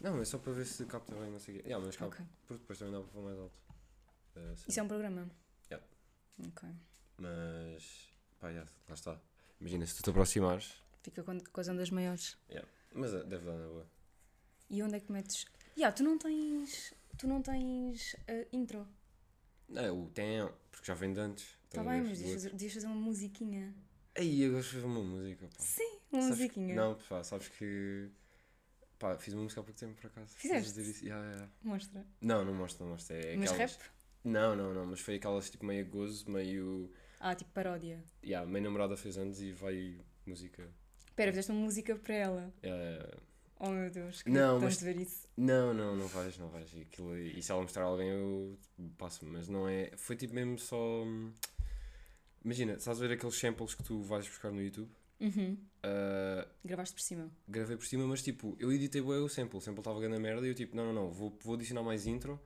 Não, é só para ver se capta bem, não sei o quê. Yeah, mas capta, Ok. porque depois também dá para pôr mais alto. Eh, sim. Isso é um programa? Yeah. Ok. Mas, pá, yeah, lá está. Imagina, se tu te aproximares, Fica com, com as ondas maiores. mas eh, deve dar na boa. E onde é que metes? Ya, tu não tens. Tu não tens ah, intro. Não, é o tem, porque já vem de antes. Está estás a Tá bem, ver? mas devias Do- fazer, devias fazer uma musiquinha. Aí, eu gosto de fazer uma música, pá. Uma Sabes que- musiquinha. Não, pá, sabes que. Pá, fiz uma música há pouco tempo por acaso. Estás a Fizeste? dizer isso? Yeah, yeah. Mostra. Não, não mostro, não mostro. É mas aquelas... rap? Não, não, não, mas foi aquelas tipo meio gozo, meio. Ah, tipo paródia. Yeah, minha namorada fez anos e vai música. É, Espera, fizeste uma música para ela. Yeah. Oh meu Deus, que Não, tens mas- de ver isso. Não, não, não vais, não vais. E Aquilo... E se ela mostrar a alguém eu passo, mas não é. Foi tipo mesmo só. Imagina, estás a ver aqueles samples que tu vais buscar no YouTube? Uhum. Ah, Gravaste por cima. gravei por cima, mas tipo, eu editei bué o sample, o sample estava grande a merda e eu tipo, não, não, não, vou, vou adicionar mais intro,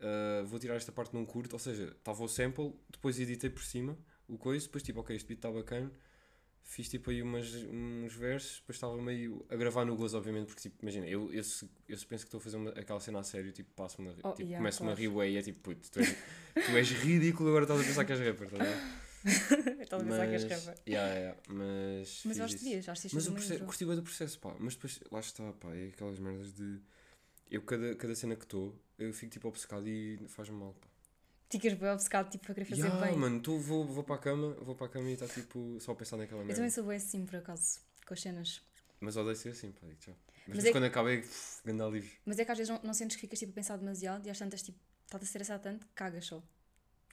ah, vou tirar esta parte num curto, ou seja, estava o sample, depois editei por cima o coisa, depois tipo, ok, este beat está bacana, fiz tipo aí umas, uns versos, depois estava meio a gravar no gozo, obviamente, porque tipo, imagina, eu, eu, se, eu se penso que estou a fazer uma, aquela cena a sério, tipo, passo-me, a ri- Oh, tipo, yeah, começo-me claro. a rir bué e é tipo, puto, tu és, tu és ridículo, agora estás a pensar que és rapper, estás a ver? Estava a pensar que és Mas- rapper. yeah, yeah, mas Mas fiz eu acho que isso. devias, acho que Mas devias eu fazer curti, uma intro. curti bem do processo, pá. Mas depois, lá está, pá. É aquelas merdas de. Eu, cada, cada cena que estou, eu fico tipo obcecado e faz-me mal, pá. Ficas bem obcecado, tipo, a querer fazer Ya, bem. mano, tu, vou, vou para a cama, vou para a cama e está tipo só a pensar naquela Eu merda. também sou bem assim, por acaso, com as cenas. Mas odeio ser assim, pá. digo tchau. Mas, Mas depois é que- quando acaba é pff, grande alívio. Mas é que às vezes não, não sentes que ficas, tipo, a pensar demasiado e às tantas, tipo, estás a estressar tanto, cagas só.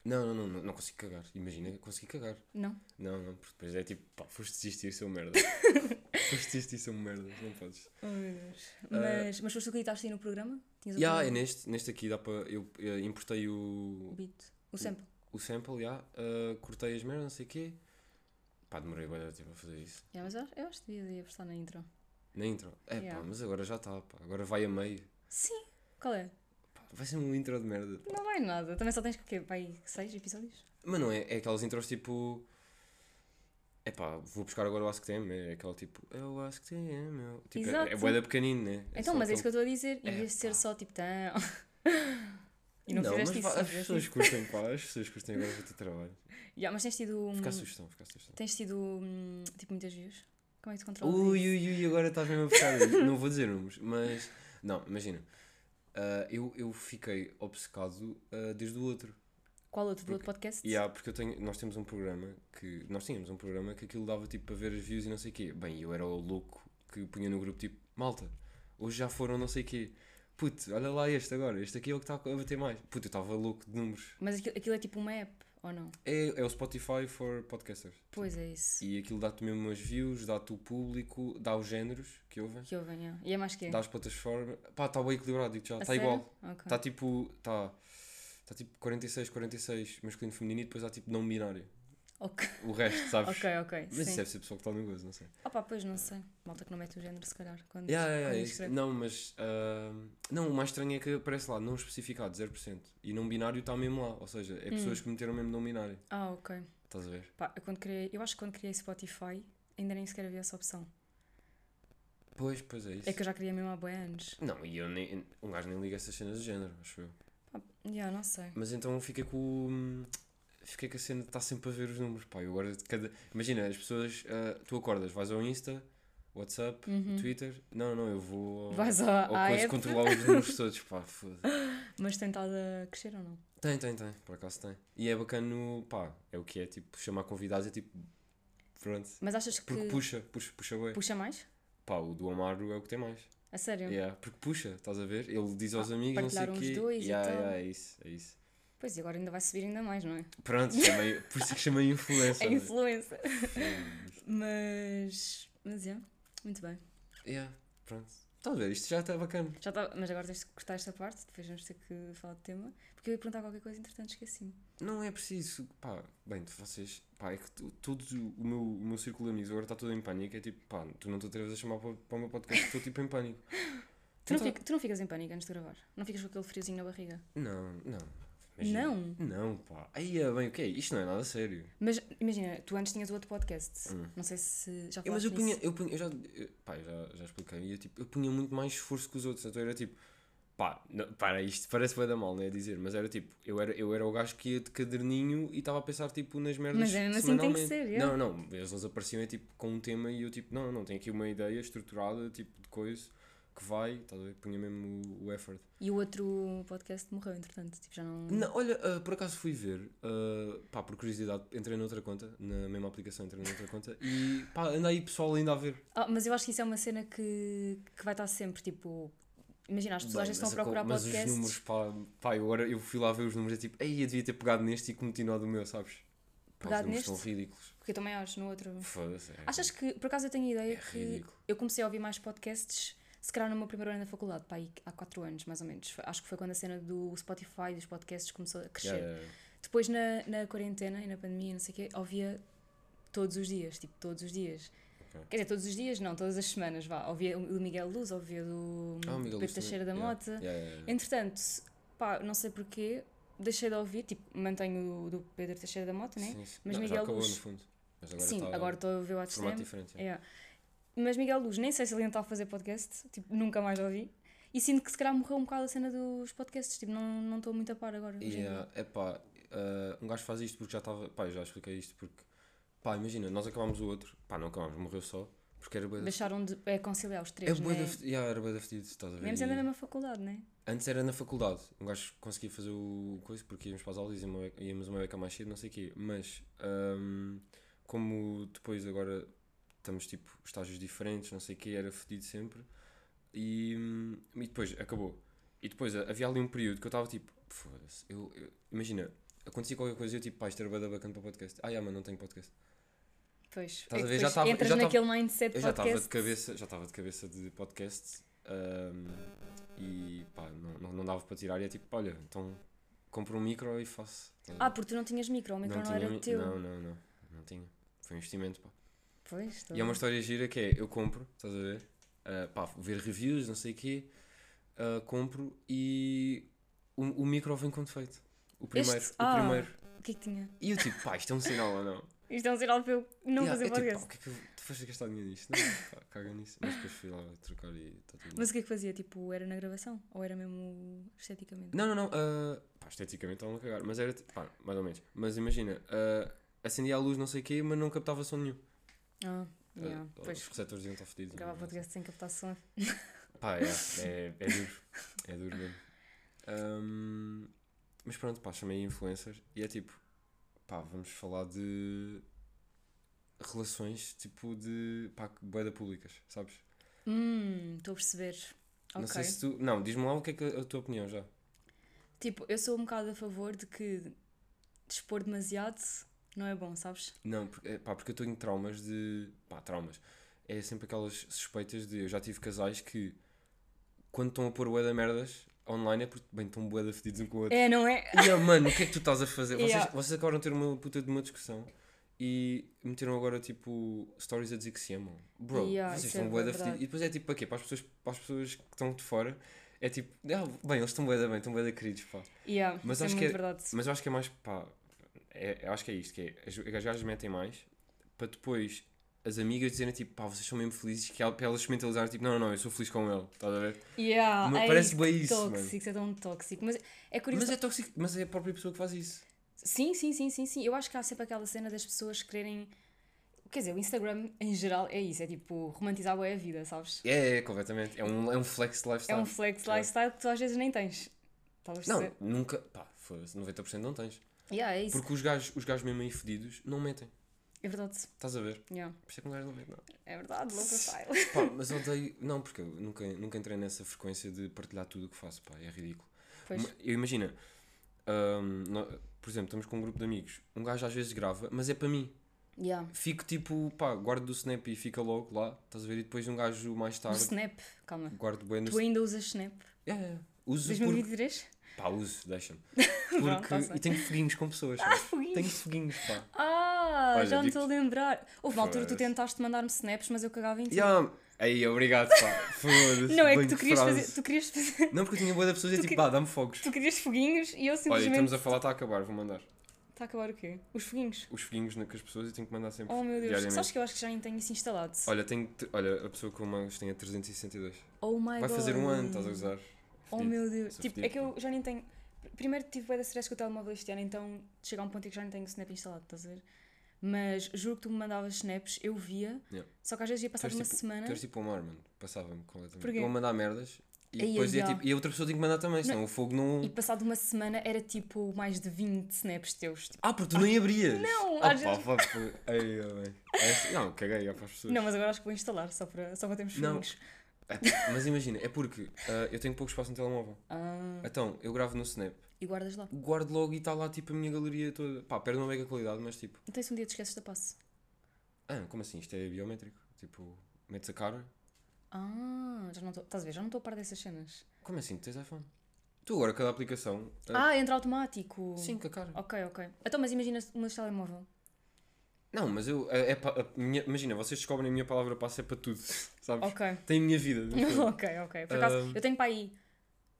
Não, não, não, não, não consigo cagar. Imagina, consegui cagar. Não? Não, não, porque depois é tipo, pá, foste desistir, seu merda. foste desistir, seu merda. Não podes. Oh meu Deus. Mas, mas foste tu que editaste aí no programa? Tinhas o Ya, é programa? neste, neste aqui dá para. Eu, eu importei o, O beat. O sample. o sample, já, ah, cortei as merdas, não sei o quê. Pá, demorei bué de tempo a fazer isso. Yeah, mas eu, acho- eu acho que devias aí apostar na intro. Na intro. É Yeah. pá, mas agora já está, pá. Agora vai a meio. Sim. Qual é? Pá, vai ser uma intro de merda. Não vai nada. Também só tens o quê? Vai seis episódios? Mas não é, é aquelas intros tipo... É pá, vou buscar agora o Ask Them, é aquela tipo... Eu Ask Them, eu... Tipo, é- é Exato. bué da pequenino, né? então, só mas é isso que aquele- eu estou a dizer. E É, devias ser pá. só tipo tão. e não, mas, fizeste isso. pá, não As fizeste pessoas isso. curtem, pá. As pessoas curtem agora o teu trabalho. Yeah, mas tens tido. hum, Fica a sugestão, fica a sugestão. Tens tido hum, tipo muitas views? Como é que tu controlas? Ui, isso? ui, ui, agora estás mesmo a puxar. aí. não vou dizer números, mas. Não, imagina. Ah, eu, eu fiquei obcecado ah, desde o outro. Qual outro? Do outro Porque- podcast? E há, porque eu tenho, nós temos um programa que. Nós tínhamos um programa que aquilo dava tipo para ver as views e não sei o quê. Bem, eu era o louco que punha no grupo tipo, malta, hoje já foram não sei o quê. Puto, olha lá este agora, este aqui é o que está a bater mais. Puto, eu estava louco de números. Mas aquilo, aquilo é tipo uma app, ou não? É, é o Spotify for podcasters. Pois é isso. E aquilo dá-te mesmo as views, dá-te o público, dá os géneros que ouvem. Que eu venho. E é mais que é? dá as plataformas. Pá, está bem equilibrado, digo já. A Está sério? Tá- igual. Ok. Está tipo. Está tá, tipo 46, 46 masculino feminino e depois há tipo não binário. Ok, O resto, sabes? ok, ok. Mas isso Sim. deve ser pessoal que está no gozo, não sei. Opa, pois não sei. Malta que não mete o género, se calhar. Quando, Yeah, yeah, quando yeah, isso- escreve. não, mas. ah, não, o mais estranho é que aparece lá não especificado, 0%. E não binário está mesmo lá. Ou seja, é pessoas Hum. que meteram mesmo não binário. Ah, ok. Estás a ver? Pá, eu, quando criei, eu acho que quando criei Spotify ainda nem sequer havia essa opção. Pois, pois é isso. É que eu já queria mesmo há boi anos. Não, e eu nem, um gajo nem liga essas cenas de género, acho eu. Pá, yeah, não sei. Mas então fica com o. Fica com a cena de estar sempre a ver os números, pá. Eu agora de cada. Imagina, as pessoas. ah, tu acordas, vais ao Insta, WhatsApp, Twitter. Não, não, eu vou. Ao, Uhum. Hum. Vais ao ao, à coisa app, controlar os números todos, pá. Foda. mas tentado a crescer ou não? Tem, tem, tem. Por acaso tem. E é bacana, no- pá. É o que é, tipo, chamar convidados é tipo. Pronto. Mas achas que Porque puxa, puxa, puxa bem. puxa É. mais? Pá, o do Amaro é o que tem mais. A sério? Yeah, porque puxa, estás a ver? Ele diz aos amigos, não sei partilhar o uns quê. Ah, dois então. e yeah, tal. yeah, é isso, é isso. Pois, e agora ainda vai subir ainda mais, não é? Pronto, chamei, por isso é que chamei A influencer. né? influência. Mas. Mas é. Muito bem. Yeah, pronto. Estás a ver, isto já está bacana. Já tá, mas agora tens de cortar esta parte, depois vamos ter que falar do tema. Porque eu ia perguntar qualquer coisa, entretanto esqueci-me. Não é preciso, pá, bem, tu- vocês, pá, é que tu- todo o meu, o meu círculo de amigos agora está todo em pânico, é tipo, pá, tu não te atreves a chamar para, para o meu podcast, estou tipo em pânico. Tu, não Então- fica- tu não ficas em pânico antes de gravar? Não ficas com aquele friozinho na barriga? Não, não, Imagina. Não. Não, pá. Aí é bem, o que é? Isto não é nada sério. Mas imagina, tu antes tinhas o outro podcast. Hum. Não sei se já falaste Eu, mas eu nisso. punha, eu punha, eu já, eu- pá, eu já, já expliquei, e eu, tipo, eu punha muito mais esforço que os outros, então era tipo, pá, não, para isto, parece bem da mal, não é dizer, mas era tipo, eu era, eu era o gajo que ia de caderninho e estava a pensar, tipo, nas merdas Mas é mesmo assim, tem que semanalmente. ser, é. Não, não, eles eles apareciam, é tipo, com um tema e eu, tipo, não, não, não, tenho aqui uma ideia estruturada, tipo, de coisa que vai, estás a ver, punha mesmo o, o effort. E o outro podcast morreu, entretanto. Tipo, já não. Não, olha, ah, por acaso fui ver, ah, pá, por curiosidade, entrei noutra conta, na mesma aplicação, entrei noutra conta, e pá, anda aí pessoal ainda a ver. Ah, mas eu acho que isso é uma cena que, que vai estar sempre, tipo. Imagina, as pessoas Bem, às vezes estão a mas co- procurar mas podcasts. os números, pá, pá eu, ora- eu fui lá ver os números, é tipo, aí eu devia ter pegado neste e continuado o meu, sabes? Pá, Pegado os números neste? são ridículos. Porque eu também acho, no outro. Foda-se. é. Achas que, por acaso eu tenho a ideia É que ridículo. eu comecei a ouvir mais podcasts, se calhar no meu primeiro ano da faculdade, pá, aí há 4 anos mais ou menos. Foi- Acho que foi quando a cena do Spotify, dos podcasts, começou a crescer. Yeah, yeah, yeah. Depois na, na quarentena e na pandemia, não sei o quê, ouvia todos os dias, tipo, todos os dias. Ok. Quer dizer, todos os dias, não, todas as semanas, vá. Ouvia o do Miguel Luz, ouvia do Ah, o Miguel Pedro Luz também. Teixeira da Yeah, Mota. yeah, yeah, yeah. Entretanto, pá, não sei porquê, deixei de ouvir, tipo, mantenho o do Pedro Teixeira da Mota, né? Sim, sim. Mas Não, já Miguel acabou, Luz- no fundo. Mas agora Sim, tá agora estou a ouvir o um formato Outstream. diferente. yeah. É. Mas Miguel Luz, nem sei se ele ainda está a fazer podcast, tipo, nunca mais ouvi. E sinto que se calhar morreu um bocado a cena dos podcasts, tipo, não não estou muito a par agora. hoje em E, dia. ah, é pá, ah, um gajo faz isto porque já estava. Pá, eu já expliquei isto porque. Pá, imagina, nós acabámos o outro. Pá, não acabámos, morreu só. Porque era boa da. Deixaram de é, conciliar os É três, boa né? da. Yeah, era boa da fedido, estás a ver? Mesmo sendo E- na mesma faculdade, né? Antes era na faculdade, um gajo conseguia fazer o coisa porque íamos para as aulas, íamos uma beca- íamos uma beca mais cedo, não sei o quê. Mas hum, como depois agora estamos tipo estágios diferentes, não sei o quê, era fedido sempre. E, hum, e depois acabou. E depois ah, havia ali um período que eu estava tipo, foda-se, eu, eu- imagina, acontecia qualquer coisa e eu tipo, pá, isto era bué da bacana para podcast. Ah, yeah, mas não tenho podcast. Pois, Estás é a que ver, já depois tava- eu entras já tava- naquele mindset Eu já estava de podcast. cabeça, já estava de cabeça de podcast ahm, e pá, não, não, não dava para tirar e é tipo, olha, então compro um micro e faço. Estás a Ah, ver? porque tu não tinhas micro, o micro não, tinha era mi- teu. Não, não, não, não tinha. Foi um investimento, pá. Pois, estou- E é uma história gira que é, eu compro, estás a ver? Ah, pá, vou ver reviews, não sei o quê, ah, compro e o, o micro vem com defeito. O primeiro, Este- o ah. primeiro. O que é que tinha? E eu tipo, pá, isto é um sinal ou não? Isto é um sinal para eu não Yeah, fazer eu, tipo, pá, podcast. o que é que eu, tu foste gastar dinheiro nisto? Não, pá, caga nisso. Mas depois fui lá trocar e está tudo bem. Mas o que é que fazia? Tipo, era na gravação? Ou era mesmo esteticamente? Não, não, não. ah, pá, esteticamente estavam a cagar. Mas era. tipo, Pá, mais ou menos. Mas imagina, ah, acendia a luz, não sei o quê, mas não captava som nenhum. Ah, Ah, yeah, Os pois. receptores iam estar fedidos. Gravar não é? podcast sem captação. Pá, é, é, é duro. É duro mesmo. Ahm, mas pronto, pá, chamei influencers e é tipo, pá, vamos falar de relações tipo de pá, boeda públicas, sabes? Hum, estou a perceber. Não Ok. sei se tu. Não, diz-me lá o que é que é a tua opinião já. Tipo, eu sou um bocado a favor de que dispor demasiado não é bom, sabes? Não, porque, eh, pá, porque eu tenho traumas de. pá, traumas. É sempre aquelas suspeitas de. Eu já tive casais que, quando estão a pôr bué da merdas online, é porque, bem, estão bué da fedidos um com o outro. É, não é? E eu, mano, o que é que tu estás a fazer? Vocês, Yeah. vocês acabaram de ter uma puta de uma discussão e meteram agora, tipo, stories a dizer que se amam. Bro, Yeah, vocês isso é estão bué da verdade. fedidos. E depois é tipo, para quê? Para as pessoas, para as pessoas que estão de fora, é tipo, ah, bem, eles estão bué da bem, estão bué da queridos, pá. Yeah, Mas isso acho é que muito é- verdade. Mas eu acho que é mais pá. É, eu acho que é isto: que é, as, as gajas metem mais para depois as amigas dizerem tipo pá, vocês são mesmo felizes, que ela- para elas se mentalizarem tipo não, não, eu sou feliz com ele, estás a ver? Yeah, Mas ei, parece bem que isso, mano. tóxico, é tão tóxico. Mas é curioso. Mas é tóxico, mas é a própria pessoa que faz isso. Sim, sim, sim, sim, sim. Eu acho que há sempre aquela cena das pessoas quererem. Quer dizer, o Instagram em geral é isso, é tipo romantizar bué a vida, sabes? É, é, completamente. É um, é um flex de É lifestyle. um flex é. É. lifestyle que tu às vezes nem tens. Talvez Não, seja- nunca, pá, foda-se, 90% não tens. Yeah, é isso. Porque os gajos, os gajos mesmo aí fedidos não metem, É verdade. estás a ver? Yeah, Por isso é que um gajo não mete, não. É verdade, louca style. Pá, mas eu odeio. Não, porque eu nunca, nunca entrei nessa frequência de partilhar tudo o que faço, pá, é ridículo. Pois. Ma- Eu imagino, hum, nó- por exemplo, estamos com um grupo de amigos. Um gajo às vezes grava, mas é para mim. Yeah. Fico tipo, pá, guardo do Snap e fica logo lá, estás a ver? E depois um gajo mais O tarde Snap, calma. guardo bem no Tu ainda usas Snap? É, é. Uso porque. 2023? Pá, uso, deixa-me. Pronto, Porque. tá certo. Ah, e tenho foguinhos com pessoas. sabes? foguinhos. Tenho foguinhos, pá. Ah, Olha, já me estou a lembrar. Houve uma altura que tu Foda-se. tentaste mandar-me snaps, mas eu cagava em ti. Yeah, Aí, obrigado, pá. Foda-se. Não, é que bem tu querias frase. fazer. Tu querias fazer. Não, porque eu tinha boa da pessoas e Tu tipo, que- pá, dá-me fogos. Tu querias foguinhos e eu Olha, simplesmente. estamos a falar, está a acabar, vou mandar. Está a acabar o quê? Os foguinhos. Os filhinhos na- que as pessoas eu tenho que mandar sempre. Oh meu Deus, diariamente. sabes que eu acho que já nem tenho isso instalado. Olha, tenho, te- olha, a pessoa que eu mando tem a 362. Oh my Vai god. fazer um ano, estás a gozar. Oh Fedido. meu Deus. Sou Tipo, é fedido, que eu já nem tenho. Primeiro tive bué da stress com o telemóvel este ano, então chega a um ponto em que já nem tenho o Snap instalado, estás a ver? Mas juro que tu me mandavas snaps, eu via, Yeah. só que às vezes ia Tu passar és uma tipo- semana. Tu és tipo o mar, mano. Passava-me completamente. Porquê? Eu a mandar merdas e Ai, depois ai, é ai. tipo. E a outra pessoa tem que mandar também, senão o fogo não. E passado uma semana era tipo mais de 20 snaps teus. Tipo, Ah, porque tu nem abrias! não, ah, às pá, vezes- pá, pá. Ai, ai, ai. Esta- Não, caguei, é para as pessoas. não, mas agora acho que vou instalar só para, só para termos Não. filmes. Mas imagina, é porque ah, eu tenho pouco espaço no telemóvel. Ah, Então, eu gravo no Snap, e guardas lá. guardo logo e está lá tipo a minha galeria toda. Pá, perde uma mega qualidade, mas tipo. Então se um dia te esqueces da passe. Ah, como assim? Isto é biométrico? Tipo, metes a cara? Ah, já não estou. Estás a ver? Já não estou a par dessas cenas. Como assim? Tu tens iPhone? Tu agora, cada aplicação. ah, Ah, entra automático. Sim, com a cara. Ok, ok. Então, mas imagina o meu telemóvel. Não, mas eu. É, é pa- a minha- imagina, vocês descobrem a minha palavra passa é para tudo, sabes? Ok. Tem a minha vida. tipo, no fundo. ok, ok. Por acaso, Ahm. eu tenho para aí,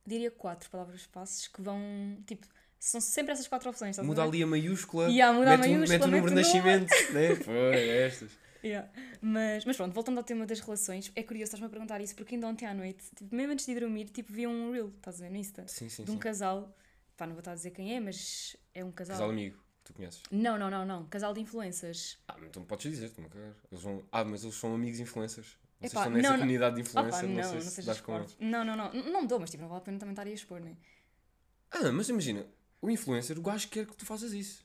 diria quatro palavras passes que vão, tipo, são sempre essas quatro opções, estás Muda a ver? ali a maiúscula. Yeah, muda a mete um- maiúscula, Mete o número de mete o número. nascimento. né? Foi, estas. Yeah. Mas, mas pronto, voltando ao tema das relações, é curioso, estás-me a perguntar isso, porque ainda ontem à noite, tipo, mesmo antes de ir dormir, tipo, vi um reel, estás a ver, no Insta, Sim, sim, de um sim. casal, pá, não vou estar a dizer quem é, mas é um casal. Casal amigo, tu conheces. Não, não, não, não, casal de influencers. Ah, mas então podes dizer, estou-me a cagar. Eles vão... Ah, mas eles são amigos influencers. Vocês Epá, estão nessa não, não. comunidade de Opa, influencer, Ah, não, não, não, sei se sejas dás com forte. eles. Não, não, não, não, não me dou, mas tipo, não vale a pena também estar aí a expor, né? Ah, mas imagina, o influencer, o gajo quer que tu faças isso.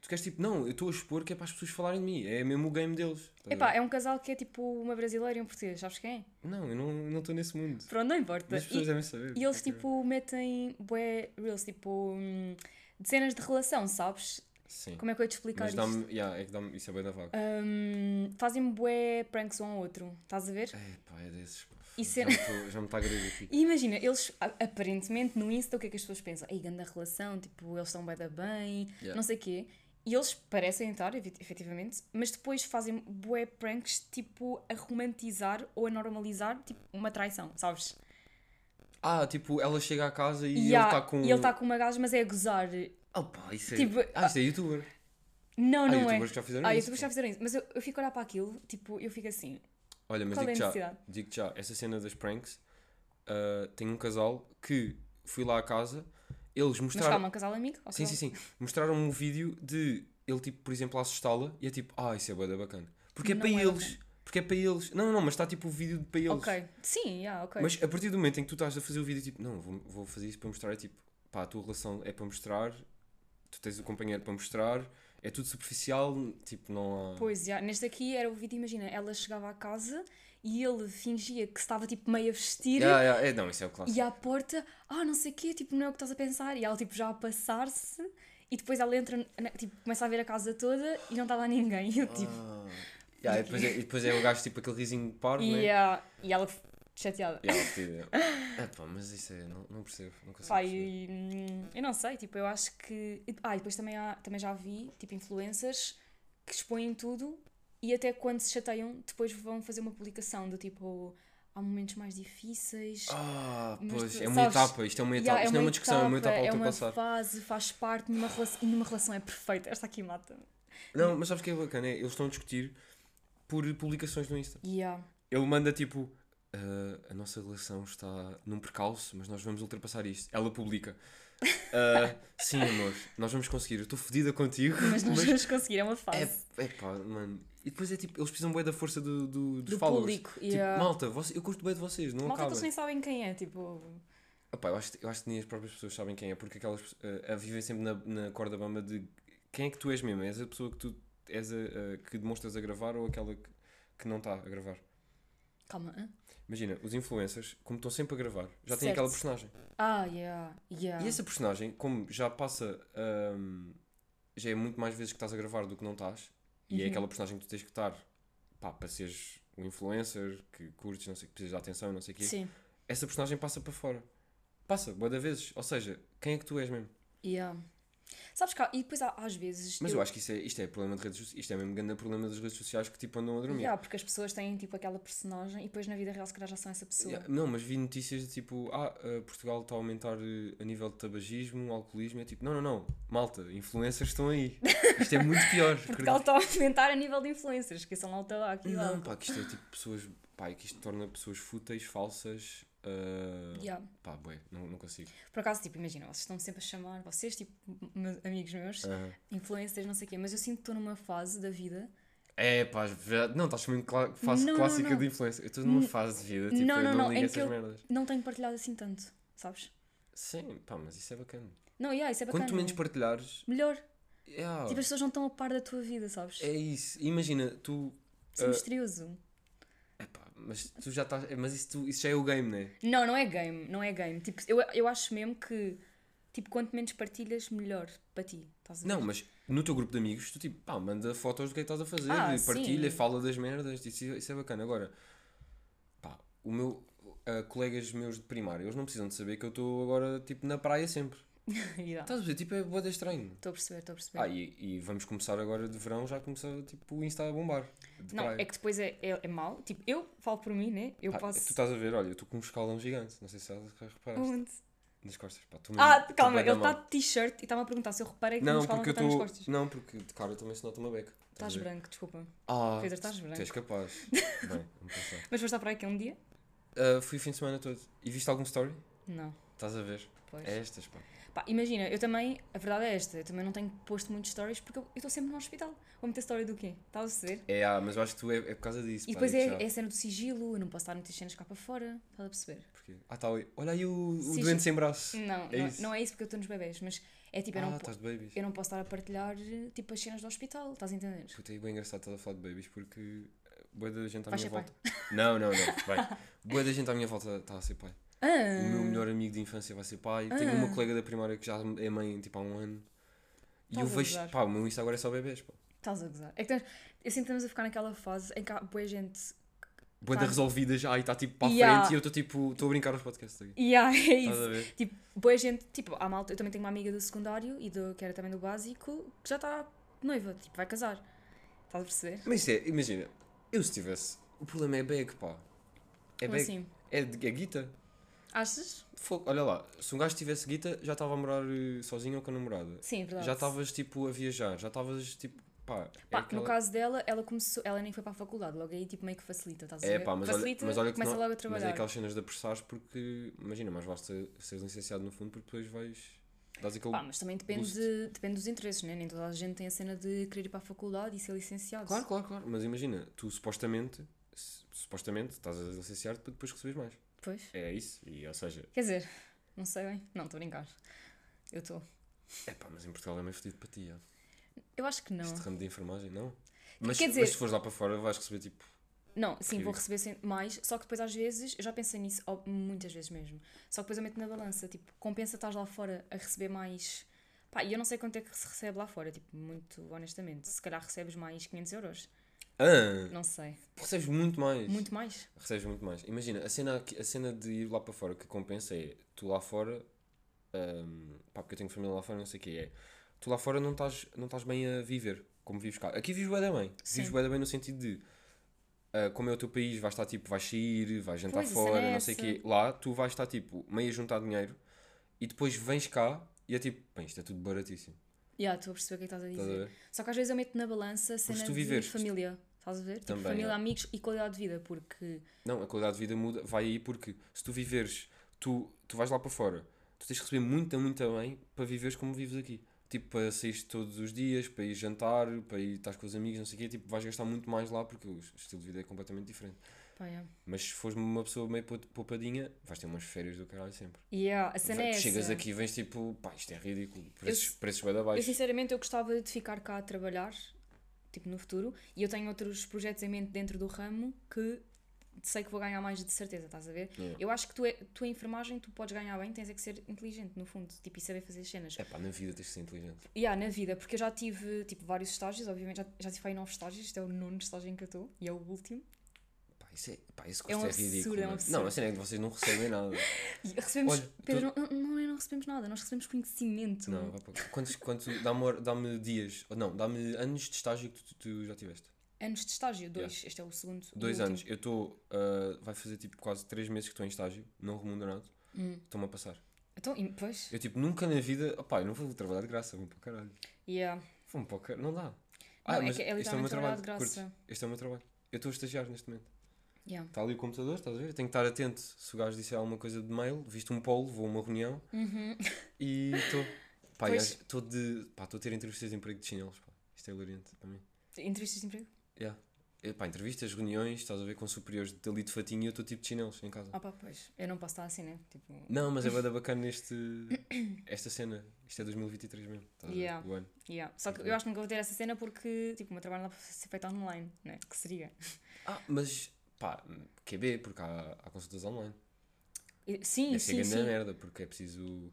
Tu queres tipo, não, eu estou a expor que é para as pessoas falarem de mim. É mesmo o game deles. estás a Epá, ver? é um casal que é tipo uma brasileira e um português, sabes quem é? Não, eu não eu não estou nesse mundo. Pronto, não importa. Mas as E- pessoas é devem saber. E eles, Ok. tipo, metem bué reels, tipo, hum, de cenas de relação, sabes? Sim. Como é que eu ia te explicar Mas isto? dá-me. Yeah, é que dá-me. Isso é bem da vaga. Hum, fazem bué pranks um ao outro, estás a ver? Epá, é desses. pá. E Já cena- me tô- já me está a grego aqui. E imagina, eles, a- aparentemente, no Insta, o que é que as pessoas pensam? Ei, grande relação, tipo, eles estão bué da bem, Yeah. não sei o quê. E eles parecem estar, evi- efetivamente, mas depois fazem bué pranks, tipo, a romantizar ou a normalizar, tipo, uma traição, sabes? Ah, tipo, ela chega à casa e há- ele está com. e ele tá com uma gaja, mas é a gozar. Opa, isso é. Tipo, Ah, isso é youtuber. Não, Ah, não é. youtubers que já fizeram Ah, isso. youtubers já fizeram isso. Mas eu, eu fico a olhar para aquilo, tipo, eu fico assim. Olha, mas Qual é a digo-te já, necessidade? digo já, essa cena das pranks, ah, tem um casal que fui lá à casa, eles Mas mostraram. calma, um casal amigo? ou Sim, sim, casal- sim. Mostraram um vídeo de ele, tipo, por exemplo, a assustá-la e é tipo, ah, isso é bué da bacana. Porque é Não para é eles. Porque é para eles. Não, não, mas está tipo o vídeo para eles. Ok. Sim, yeah, ok. Mas a partir do momento em que tu estás a fazer o vídeo, tipo, não, vou, vou fazer isso para mostrar, é tipo, pá, a tua relação é para mostrar, tu tens o companheiro para mostrar, é tudo superficial, tipo, não há. Pois, já. Neste aqui era o vídeo, imagina, ela chegava à casa e ele fingia que estava, tipo, meio a vestir. Yeah, yeah, é, não, isso é o clássico. E à porta, ah, não sei o quê, tipo, não é o que estás a pensar. E ela, tipo, já a passar-se. E depois ela entra, na- tipo, começa a ver a casa toda e não está lá ninguém. E eu, tipo... Ah. Yeah, e, depois é, e depois é o gajo, tipo, aquele risinho parvo, e, né? ah, e ela f- chateada. Yeah, fedido, é. É, pá, mas isso é, não, não percebo, não consigo Pá, perceber. e, hum, eu não sei, tipo, eu acho que. e- Ah, e depois também, há, também já vi, tipo, influencers que expõem tudo e até quando se chateiam, depois vão fazer uma publicação do tipo. Há momentos mais difíceis. Ah, mas pois, tu é uma sabes- etapa, isto é uma etapa, Yeah, isto não é uma discussão, é uma etapa a é uma ultrapassar. fase, faz parte, numa relação, e numa relação é perfeita. Esta aqui mata. Não, mas sabes o que é bacana? É, eles estão a discutir por publicações no Insta. Yeah. ele manda tipo "Ah, a nossa relação está num percalço, mas nós vamos ultrapassar isto. Ela publica. "Ah, sim, amor, nós vamos conseguir. Eu estou fodida contigo. Mas nós vamos conseguir, é uma fase. É, é pá, mano. E depois é tipo, eles precisam bem da força do, do, dos do followers. público. Tipo, yeah. malta, você- eu curto bem de vocês, não Malta que acaba. eles nem sabem quem é, tipo. Opá, eu, acho, eu acho que nem as próprias pessoas sabem quem é, porque aquelas pe- ah, ah, vivem sempre na, na corda bamba de quem é que tu és mesmo? És a pessoa que tu és a, a- que demonstras a gravar ou aquela que, que não está a gravar? Calma. hã? Imagina, os influencers, como estão sempre a gravar, já têm Certo. aquela personagem. Ah, yeah. yeah. E essa personagem, como já passa. hum, já é muito mais vezes que estás a gravar do que não estás, e é Uhum. aquela personagem que tu tens que estar pá, para seres um influencer que curtes, não sei, que precisas de atenção, não sei o quê. Sim. é Essa personagem passa para fora. Passa, boa da vezes. Ou seja, quem é que tu és mesmo? Yeah. Sabes que há- e depois há- às vezes. Mas eu acho que isso é, isto é problema de redes sociais. Isto é mesmo grande problema das redes sociais que tipo andam a dormir. Yeah, porque as pessoas têm tipo aquela personagem e depois na vida real se calhar já são essa pessoa. Yeah, Não, mas vi notícias de tipo, ah, eh, Portugal está a aumentar eh, a nível de tabagismo, alcoolismo. É tipo, não, não, não, malta, influencers estão aí. Isto é muito pior. Portugal está a aumentar a nível de influencers, esqueçam lá o tabaco e o Não, álcool. pá, que isto é tipo pessoas. Pá, é que isto torna pessoas fúteis, falsas. ah, Yeah. Pá, bué, não, não consigo. Por acaso, tipo, imagina, vocês estão sempre a chamar, vocês, tipo, me- amigos meus, Aham. influencers, não sei o quê, mas eu sinto que estou numa fase da vida. É, pá, as ver- não, estás mesmo cla- fase Não, não, clássica não. de influencer. Eu estou numa fase de vida, tipo, não, eu não, não, não, ligo em a que essas eu- merdas. Não tenho partilhado assim tanto, sabes? Sim, pá, mas isso é bacana. Não, yeah, isso é bacana. Quanto menos partilhares, é, ah, Melhor. yeah, Tipo, as pessoas não estão a par da tua vida, sabes? é isso. Imagina, tu. Isso é ah, misterioso. Epá, mas tu já estás. Mas isso, tu- isso já é o game, né? Não, não é game, não é game. Tipo, eu, eu acho mesmo que, tipo, quanto menos partilhas, melhor para ti. Estás a ver? Não, mas no teu grupo de amigos, tu tipo, pá, manda fotos do que é que estás a fazer, Ah, e partilha, sim. fala das merdas, isso, isso é bacana. Agora, pá, o meu. ah, colegas meus de primário, eles não precisam de saber que eu estou agora, tipo, na praia sempre. Yeah. Estás a ver? Tipo, é boa estranho. Estou a perceber, estou a perceber. Ah, e, e vamos começar agora de verão, já começou tipo o Insta a bombar. De não, praia. é que depois é, é, é mau. Tipo, eu falo por mim, né? Eu Pá, posso. tá. Tu estás a ver, olha, eu estou com um escalão gigante, não sei se já reparaste. Onde? Nas costas, pá, estou Ah, mesmo- estou calma, tá bué da ele está mal. de t-shirt e estava a perguntar se eu reparei É que não, Não, nos falam porque eu que eu estou. nas costas. Não, porque de cara também se nota uma beca. a Estás ver? branco, desculpa. Ah, Pedro, estás branco. Tu és capaz. Bem, vamos passar. Mas foste à praia aqui um dia? Ah, fui o fim de semana todo. E viste algum story? Não, Estás a ver? pois. É estas, pá. Pá, imagina, eu também, a verdade é esta, eu também não tenho posto muitos stories porque eu eu estou sempre no hospital. Vou meter story do quê? Estás a perceber? É, ah, mas eu acho que tu é, é por causa disso. E pá, depois digo é, é já. a cena do sigilo, eu não posso estar a meter cenas cá para fora, estás a perceber? Porque- Ah, tá, olha olha aí o, o Sim, doente sim. sem braço. Não, É não, isso. não é isso porque eu estou nos bebés, mas é tipo, eu, ah, não, po- estás de babies. eu não posso estar a partilhar tipo as cenas do hospital, estás a entender? Puta, é bem engraçado estar a falar de babies porque boa da gente à Vais minha ser pai. volta. Não, não, não, vai. Boa da gente à minha volta está a ser pai. Ah, O meu melhor amigo de infância vai ser pai. Tenho uma colega da primária que já é mãe tipo há um ano. E eu Estás a vejo, gozar. pá, o meu Insta agora é só bebês, pá. estás a gozar. É que estamos, eu sinto que estamos a ficar naquela fase em que há boa gente. Boa Tá. da resolvida já, e está tipo para a Yeah. frente e eu estou tipo, estou a brincar aos podcasts aqui. E há, é Estás isso. a ver? Tipo, boa gente, tipo, há malta, eu também tenho uma amiga do secundário e do, que era também do básico, que já está noiva, tipo, vai casar. Estás a perceber? Mas isso é, imagina, eu se tivesse. O problema é bag, pá. É Como bag. assim? É, de- é guita. Achas? Fogo. Olha lá, se um gajo tivesse guita, já estava a morar eh, sozinho ou com a namorada. Sim, é verdade. Já estavas tipo a viajar, já estavas tipo. Pá, é Pá, aquela- no caso dela, ela começou, ela nem foi para a faculdade, logo aí tipo meio que facilita, estás a É ver? pá, mas olha, facilita, mas olha que começa não- logo a Mas trabalhar. é aquelas cenas de apressares porque, imagina, mais vale ser, seres licenciado no fundo porque depois vais. Dás aquele. Pá, mas também depende, boost. de- depende dos interesses, né? Nem toda a gente tem a cena de querer ir para a faculdade e ser licenciado. Claro, claro, claro. Mas imagina, tu supostamente. su- Supostamente estás a licenciar-te para depois receberes mais. Pois. É isso. E ou seja, Quer dizer, não sei bem. Não, estou a brincar. Eu estou. é pá, mas em Portugal é meio fodido para ti. ó. Eu acho que não. Este ramo de enfermagem, não? Mas, quer dizer- mas se fores lá para fora vais receber tipo. Não, sim, Porque- vou receber sem- mais, só que depois às vezes, eu já pensei nisso ó, muitas vezes mesmo, só que depois eu meto na balança, tipo, compensa estás lá fora a receber mais, pá, e eu não sei quanto é que se recebe lá fora, tipo, muito honestamente, se calhar recebes mais 500 euros, Ah, não sei, recebes muito mais. muito mais, Recebes muito mais. Imagina, a cena, aqui- a cena de ir lá para fora que compensa é tu lá fora, hum, pá, porque eu tenho família lá fora, não sei o que é. Tu lá fora não estás, não estás bem a viver como vives cá. Aqui vives bué da bem. Vives Sim. bué da bem no sentido de ah, como é o teu país, vais estar tipo, vais sair, vais jantar Pois, a cena fora, é não sei o essa. quê. Lá tu vais estar tipo meio a juntar dinheiro e depois vens cá e é tipo, bem, isto é tudo baratíssimo. já, estou a perceber o que é que estás a Estás a dizer, ver? só que às vezes eu meto na balança a cena tu de viveres- família, estás a ver, tipo, Também, família, é. amigos e qualidade de vida, porque, Não, a qualidade de vida muda, vai aí porque se tu viveres, tu, tu vais lá para fora, tu tens de receber muita, muita bem para viveres como vives aqui. Tipo, para sair todos os dias, para ir jantar, para ir estar com os amigos, não sei o quê, tipo, vais gastar muito mais lá porque o estilo de vida é completamente diferente. pá, yeah. Mas se fores uma pessoa meio pou- poupadinha, vais ter umas férias do caralho sempre. Yeah, a cena é Vai- essa. Chegas aqui e vens tipo, pá, isto é ridículo, preços, preços bem Eu abaixo. sinceramente eu gostava de ficar cá a trabalhar, tipo no futuro, e eu tenho outros projetos em mente dentro do ramo que sei que vou ganhar mais de certeza, estás a ver? Yeah. Eu acho que tu é, tu em enfermagem tu podes ganhar bem, tens é que ser inteligente no fundo, tipo e saber fazer cenas. É pá, na vida tens de ser inteligente. E há na vida, porque eu já tive tipo vários estágios, obviamente já, já tive aí nove estágios, isto é o nono estágio em que eu estou e é o último. Pá, isso é, pá, esse É um curso é, absurdo, ridículo. é um mano. absurdo. Não, a cena é que vocês não recebem nada. E recebemos Olha, Pedro, não, não, não recebemos nada, nós recebemos conhecimento. Não, vai para... quantos, quantos, dá-me, dá-me dias, ou não, dá-me anos de estágio que tu, tu já tiveste. Anos de estágio, dois. Este é o segundo. o Dois último. anos. Eu estou, ah, vai fazer tipo quase três meses que estou em estágio, não remunerado. Hum. Estou-me a passar. Então, e- pois. Eu tipo, nunca na vida, opá, eu não vou trabalhar de graça, vou para o caralho. Yeah. Vou-me para o caralho, não dá. Ah, Não, é que é este o meu literalmente trabalhar de curtes? graça. Este é o meu trabalho. Eu estou a estagiar neste momento. Yeah. Está ali o computador, estás a ver? Eu tenho que estar atento. Se o gajo disser alguma coisa de mail, visto um polo, vou a uma reunião Uhum. e estou. Pá, e Pois. acho- estou de. Pá, estou a ter entrevistas de emprego de chinelos, pá. Isto é hilariante para mim. Entrevistas de emprego? Yeah. Eh, Pá, entrevistas, reuniões, estás a ver com superiores dali de fatinho e eu estou tipo de chinelos em casa. Ah pá, pois. Eu não posso estar assim, né? Tipo, Não, mas é bada bacana este, esta cena. Isto é 2023 mesmo. Estás a Yeah. ver? O ano. yeah. Só que eu acho que nunca vou ter essa cena porque, tipo, o meu trabalho não dá para ser feito online, né? Que seria. Ah, mas pá, QB, porque há, há consultas online. E- Sim, Deve ser sim, grande sim. merda, porque é preciso meio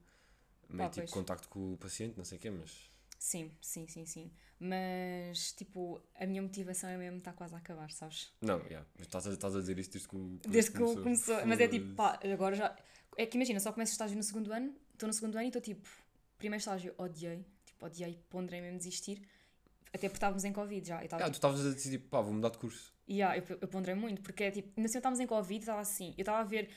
Pá, tipo pois. contacto com o paciente, não sei o quê, mas. Sim, sim, sim, sim. Mas, tipo, a minha motivação é mesmo estar quase a acabar, sabes? Não, yeah. mas estás, a, estás a dizer isto desde que o. Desde que começou. começou. Mas é tipo, pá, agora já. É que imagina, só começo o estágio no segundo ano, estou no segundo ano e estou tipo, primeiro estágio, odiei, tipo, odiei, ponderei mesmo desistir. Até porque estávamos em Covid já. Eu estava Ah, tu estavas a decidir, pá, vou mudar de curso. E ah, eu, eu ponderei muito, porque é tipo, ainda assim estávamos em Covid, estava assim, eu estava a ver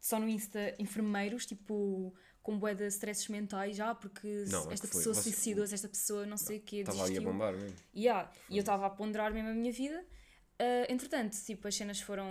só no Insta enfermeiros, tipo, com bué de stresses mentais, já, porque se- Não, é que esta foi, pessoa você- suicidou-se, esta pessoa não sei o quê, Estava ali a desistiu. bombar mesmo. E ah, e eu estava a ponderar mesmo a minha vida. Ah, entretanto, tipo, as cenas foram.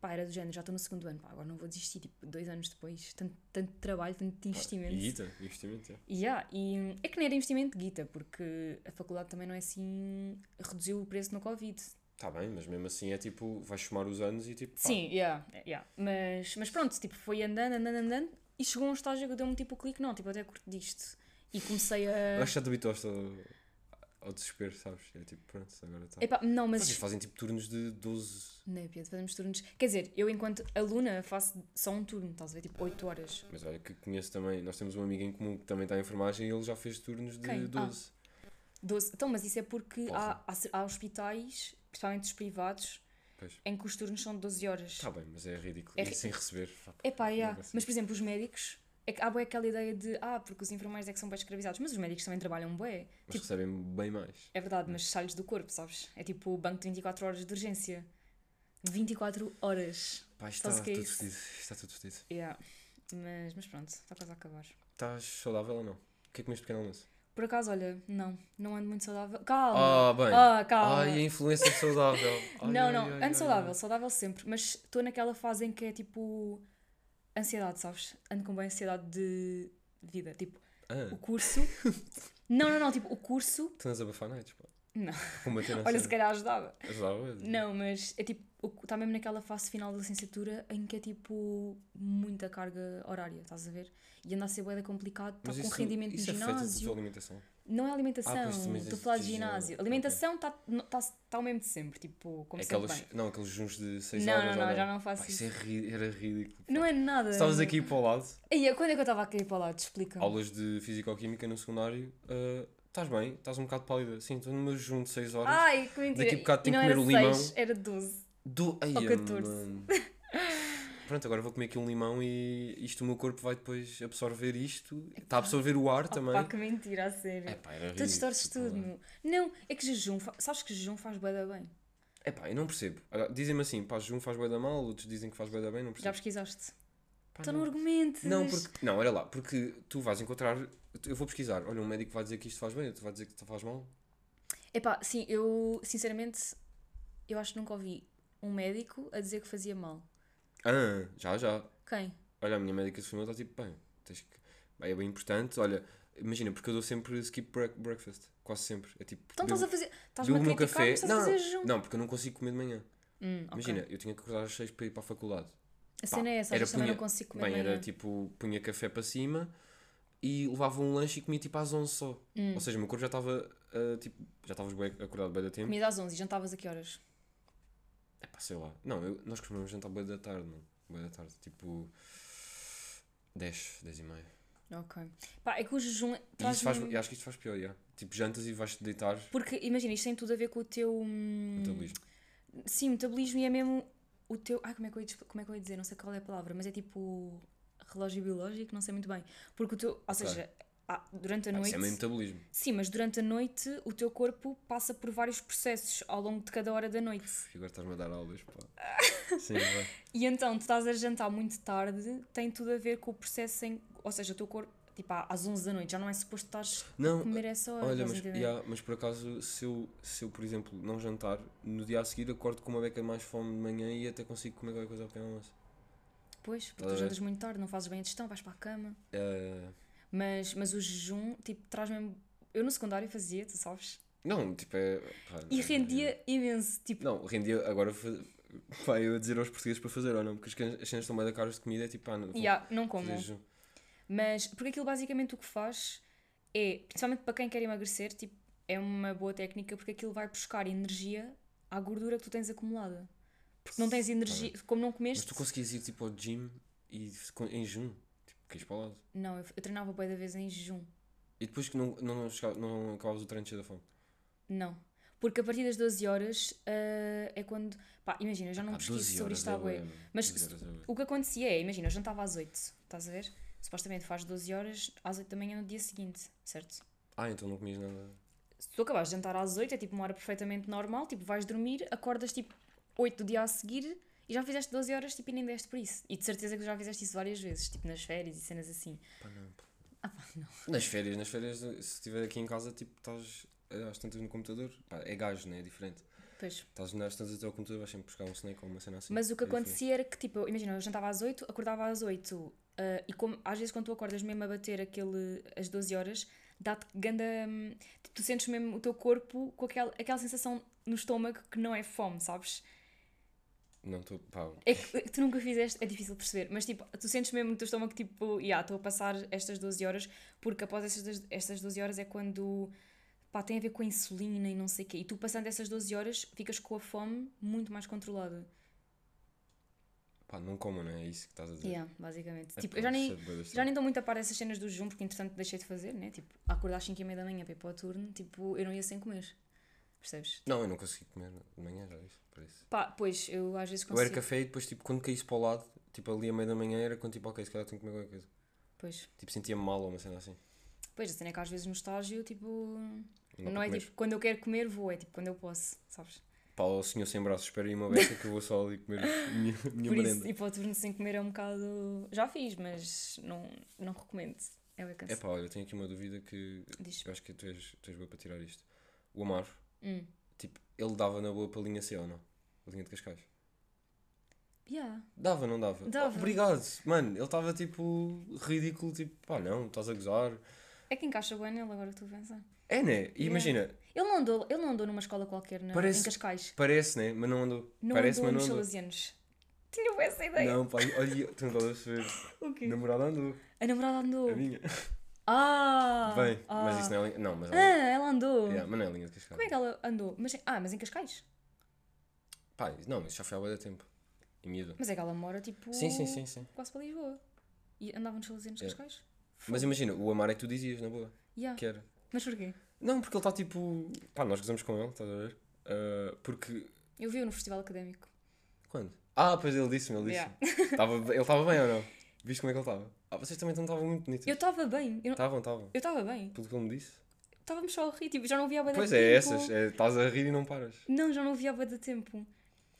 pá, era do género, já estou no segundo ano, pá, agora não vou desistir, tipo, dois anos depois, tanto, tanto trabalho, tanto investimento. E guita, investimento, yeah. E há, e é que nem era investimento de guita, porque a faculdade também não é assim. reduziu o preço no Covid, Tá bem, mas mesmo assim é tipo, vais chamar os anos e tipo. pá, Sim, yeah, yeah. Mas, mas pronto, tipo, foi andando, andando, andando e chegou a um estágio que eu dei-me tipo o clique, não, tipo, eu até curto disto. E comecei Eu a. acho que já te habituaste ao, ao desespero, sabes? É tipo, pronto, agora está. Epá, não, Vocês mas. fazem tipo turnos de 12. Não, Pedro, fazemos turnos. Quer dizer, eu enquanto aluna faço só um turno, estás a ver? Tipo, 8 horas. Mas olha, que conheço também, nós temos um amigo em comum que também está em enfermagem e ele já fez turnos de Quem? Ah. 12. 12. Então, mas isso é porque há, Porra. há, ser- há hospitais, principalmente os privados, Pois. em que os turnos são de 12 horas. Está bem, mas é ridículo. É e ri- É sem receber. pá, pá, Epá, não yeah. vai ser. mas por exemplo, os médicos. É que há bué aquela ideia de, ah, porque os enfermeiros é que são bem escravizados, mas os médicos também trabalham bué. Mas recebem bem mais. É verdade, mas sai do corpo, sabes? É tipo o banco de 24 horas de urgência. 24 horas. Pá, isto Sabes está o que é tudo isso? fedido. isto Está tudo fedido. Yeah. Mas, mas pronto, está quase a acabar. Estás saudável ou não? O que é que comeste de pequeno almoço? Por acaso, olha, não, não ando muito saudável. Calma! Ah, bem. Ah, calma. Ai, a influência é saudável. Ai, não, ai, não, ai, ando ai, saudável, ai. saudável sempre, mas estou naquela fase em que é tipo ansiedade, sabes? Ando com bem ansiedade de vida. Tipo, o Ah, curso. não, não, não, tipo, o curso. estás a bafar nights, pá. Não. Combater Olha, se calhar ajudava. Não. Não, mas é tipo, está mesmo naquela fase final da licenciatura em que é tipo muita carga horária, estás a ver? E anda a ser boeda complicado, está com rendimento isso é no afeta a tua ginásio. alimentação. Não é Ah, alimentação, pois, também estou a existe falar de ginásio. ginásio. eh, Ok. Alimentação está tá, tá o mesmo de sempre, tipo, como É Aquelas, sempre bem. não, aqueles juns de 6 Não, horas. não, ou não, já não faço Pá, isso é ri- era ridículo. Não é nada. Estavas aqui para o lado, Ei, quando é que eu estava a cair para lá? Te explica. aulas de Fisicoquímica no secundário, ah, estás bem, estás um bocado pálida. Sim, estou no meu jun de 6 horas. Ai, que mentira. Daqui a bocado E tenho não que era comer o seis, limão. era 12. Do... Ai, Ou ah, 14. mano. Pronto, agora vou comer aqui um limão e isto, o meu corpo vai depois absorver isto. Está a absorver o ar também. Pá, que mentira, a sério. É pá, era tu distorces ridículo, tudo. pá. meu. Não, é que jejum, fa- sabes que jejum faz boeda bem. É pá, eu não percebo. Olha, Dizem-me assim, pá, jejum faz bem da mal, outros dizem que faz bem da bem, não Já percebo. pesquisaste? Pá, Então Ah, não- não argumentes. Não, porque, não, olha lá, porque tu vais encontrar, eu vou pesquisar, olha, um médico vai dizer que isto faz bem, outro vai dizer que isto faz mal. Epá, sim, eu sinceramente eu acho que nunca ouvi um médico a dizer que fazia mal. Ah, já, já. Quem? Olha, a minha médica de família está tipo, bem, tens que, bem, é bem importante, olha, imagina, porque eu dou sempre skip break- breakfast, quase sempre. É tipo, Então estás bebo- a fazer. Estás-me bebo a o meu criticar, café. mas estás Não, a fazer não, jejum. não, porque eu não consigo comer de manhã. Hum, ok. Imagina, eu tinha que acordar às 6 para ir para a faculdade. A cena é essa, às era vezes também punha- não consigo comer. Bem, era manhã. tipo, punha café para cima e levava um lanche e comia tipo às 11 só. Hum. Ou seja, o meu corpo já estava, ah, tipo, já estavas bem acordado bem da tempo. Comida às 11 e jantavas a que horas? Epá, sei lá. Não, eu- nós costumamos jantar boa da tarde, mano. Boa da tarde, tipo 10, 10 e meia. Ok. Pá, é que o jejum E traz. isso faz, eu acho que isto faz pior, já. Tipo, jantas e vais-te deitar, Porque imagina, isto tem tudo a ver com o teu. hum, metabolismo. Sim, metabolismo e é mesmo o teu. Ai, como é que eu ia, expli- como é que eu ia dizer? Não sei qual é a palavra, mas é tipo. relógio biológico, não sei muito bem. Porque o teu. Ou Ok. seja, ah, durante Ah, a noite. Isso é meio metabolismo. Sim, mas durante a noite o teu corpo passa por vários processos ao longo de cada hora da noite. Pff, Agora estás-me a dar aulas, pá. Sim, é vai. E então, tu estás a jantar muito tarde, tem tudo a ver com o processo em. Ou seja, o teu corpo, tipo, à- às 11 da noite, já não é suposto estás a Não, comer essa hora. olha, estás a mas, entender? yeah, mas por acaso, se eu, se eu, por exemplo, não jantar, no dia a seguir acordo com uma beca mais fome de manhã e até consigo comer qualquer coisa ao pequeno almoço. Pois, porque tu Estás a ver? jantas muito tarde, não fazes bem a digestão, vais para a cama. Eh, Mas, mas o jejum, tipo, traz mesmo. Eu no secundário fazia, tu sabes? não, tipo, é. pá, E é- rendia imenso, tipo. Não, rendia. Agora, fa- pá, eu a dizer aos portugueses para fazer ou não, porque as can- as cenas estão bem da caras de comida, é tipo, ah, não, vou Yeah, não é? como. fazer jejum. Mas, porque aquilo basicamente o que faz é, principalmente para quem quer emagrecer, tipo, é uma boa técnica porque aquilo vai buscar energia à gordura que tu tens acumulada. Porque não tens energia, como não Mas comeste. tu conseguias ir tipo ao gym e f- com- em jejum, tipo, quis para o lado. Não, eu, eu treinava bué da vez em jejum. E depois que não, não, chegava- não acabavas o treino cheio da fome. Não. Porque a partir das 12 horas ah, é quando. Pá, imagina, eu já não Pá, pesquiso 12 sobre horas isto é à bué. bué, Mas 12 horas é bué. o que acontecia é, imagina, eu jantava às 8, estás a ver? Supostamente faz 12 horas às 8 da manhã no dia seguinte, certo? Ah, então não comias nada. se tu acabares de jantar às 8, é tipo uma hora perfeitamente normal, tipo, vais dormir, acordas tipo 8 do dia a seguir e já fizeste 12 horas tipo, e nem deste por isso. E de certeza que já fizeste isso várias vezes, tipo nas férias e cenas assim. Pá, não, pá. Ah, pá, não. Nas férias, nas férias, se estiver aqui em casa, tipo, estás eh, às tantas no computador. Pá, é gajo, né? É diferente. Pois. Estás às tantas até ao computador, vais sempre buscar um snack ou uma cena assim. Mas o que É diferente. acontecia era que, tipo, eu- imagina, eu jantava às 8, acordava às 8, ah, e como, às vezes quando tu acordas mesmo a bater aquele, as 12 horas, dá-te ganda. hum, Tipo, tu sentes mesmo o teu corpo com aquela, aquela sensação no estômago que não é fome, sabes? Não, estou. Pá, É que é que tu nunca fizeste, é difícil de perceber, mas tipo, tu sentes mesmo no teu estômago tipo, "Ya, estou a passar estas 12 horas, porque após estas, estas 12 horas é quando pá, tem a ver com a insulina e não sei o quê. E tu passando essas 12 horas ficas com a fome muito mais controlada. pá, não como, né? É isso que estás a dizer. Yeah, basicamente. É, tipo, pá, eu já isso nem, é bué das já nem estou muito a par dessas cenas do jejum, porque entretanto deixei de fazer, né? Tipo, acordar às 5 e meia da manhã para ir para o turno, tipo, eu não ia sem comer. Percebes? Não, eu não consegui comer de manhã, já isso, parece. Pá, pois, eu às vezes Eu era consigo. café e depois, tipo, quando caísse para o lado, tipo, ali a meio da manhã, era quando, tipo, ok, se calhar tenho que comer qualquer coisa. Pois, Tipo, sentia-me mal ou uma cena assim. pois, a cena é que às vezes no estágio, tipo, Não, para é comer. tipo, quando eu quero comer, vou, é tipo, quando eu posso, sabes? Pá, o senhor sem braços, espera aí uma beca que eu vou só ali comer a minha, a minha Por isso, merenda. ir para o turno sem comer é um bocado. Já fiz, mas não, não recomendo. É bem É cansado. pá, olha, tenho aqui uma dúvida que Diz. eu acho que tu és, tu és boa para tirar isto. O Amaro, Hum. tipo, ele dava na boa para a linha C ou não? A linha de Cascais. Yeah. Dava, não dava? Dava. Obrigado, mano. Ele estava tipo ridículo, tipo, pá, não, estás a gozar. É que encaixa bem nele agora que estou a pensar. É, né? E Imagina, Ele não andou, ele não andou numa escola qualquer na, Parece- em Cascais. parece, né? Mas não andou. Não parece, andou mas nos não andou. salesianos. Tinha bem essa ideia. Não, pá, olha, tu não estás a perceber. O quê? Namorada andou, A namorada andou. a minha. Oh, Ah! Bem, ah. mas isso não é linha. Não, mas é linha. Ah, ela andou. Yeah, mas não é linha de Cascais. Como é que ela andou? Mas, ah, mas em Cascais. é? Pá, isso- não, isso já foi há bué de tempo. Em miúdo. Mas é que ela mora tipo. Sim, sim, sim, sim. Quase para Lisboa. E andava nos salesianos de Yeah. Cascais. Mas imagina, o Amar é que tu dizias, na boa. Yeah. Que era. Mas porquê? Não, porque ele está tipo. Pá, nós gozamos com ele, estás a ver? Ah, porque. Eu vi-o no festival académico. Quando? Ah, pois ele disse-me, ele Yeah. disse-me. Tava- ele estava bem ou não? Viste como é que ele estava? Ah, vocês também não estavam muito bonitos. Eu estava bem, eu não- Estavam, estavam. eu estava bem. Pelo que ele me disse. Estávamos só a rir, tipo, já não via a bué da Pois tempo. é, essas. é, Estás a rir e não paras. Não, já não via a bué da tempo.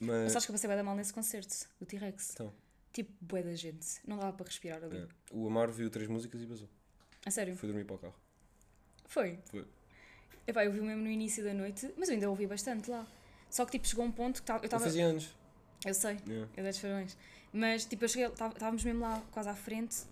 Mas Mas. sabes que eu passei bué da mal nesse concerto, do T-Rex. Então. Tipo, bué da gente. Não dava para respirar ali. é, O Amaro viu três músicas e basou. A sério. Foi dormir para o carro. Foi. Foi. Epá, eu vi mesmo no início da noite, mas eu ainda ouvi bastante lá. Só que tipo, chegou um ponto que tava- eu Eu estava... fazia anos. Eu sei, Yeah. eu dei os parabéns. Mas tipo, eu cheguei, tava- estávamos mesmo lá quase à frente.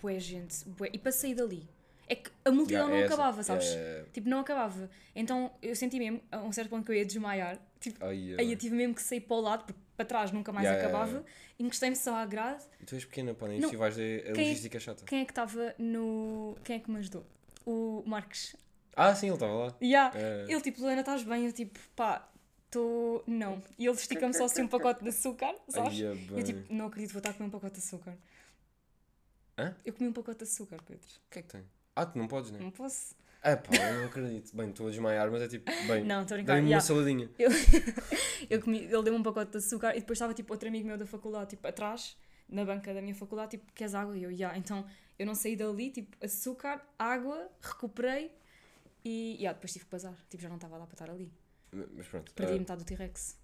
Bué gente, bué. E para sair dali. É que a Yeah, multidão não é essa. acabava, sabes? Yeah, yeah, yeah. Tipo, não acabava. Então eu senti mesmo, a um certo ponto, que eu ia desmaiar. Tipo, Ai, yeah. aí eu tive mesmo que sair para o lado, porque para trás nunca mais Yeah, yeah, acabava. Encostei-me só à grade. E tu és pequena, pá, nem Não. festivais é a Quem- logística é chata. Quem é que estava no. Quem é que me ajudou? O Marques. Ah, sim, ele estava lá. Yeah. É. Ele tipo, Lena, estás bem? Eu tipo, pá, estou. Não. E ele estica-me só assim um pacote de açúcar, sabes? Ai, é eu bem. tipo, não acredito, vou estar a comer um pacote de açúcar. Hã? Eu comi um pacote de açúcar, Pedro. O que é que tem? Ah, tu não podes, né? Não posso. Ah, pá, eu não acredito. Bem, estou a desmaiar, mas é tipo, bem, Não, estou a brincar. dá-me uma Yeah. saladinha. Eu, eu comi, ele deu-me um pacote de açúcar e depois estava tipo outro amigo meu da faculdade, tipo atrás, na banca da minha faculdade, tipo, queres água? E eu, yeah. Então, eu não saí dali, tipo, açúcar, água, recuperei e, yeah, depois tive que bazar. Tipo, já não estava lá para estar ali. Mas pronto. Perdi eh, metade do T-Rex.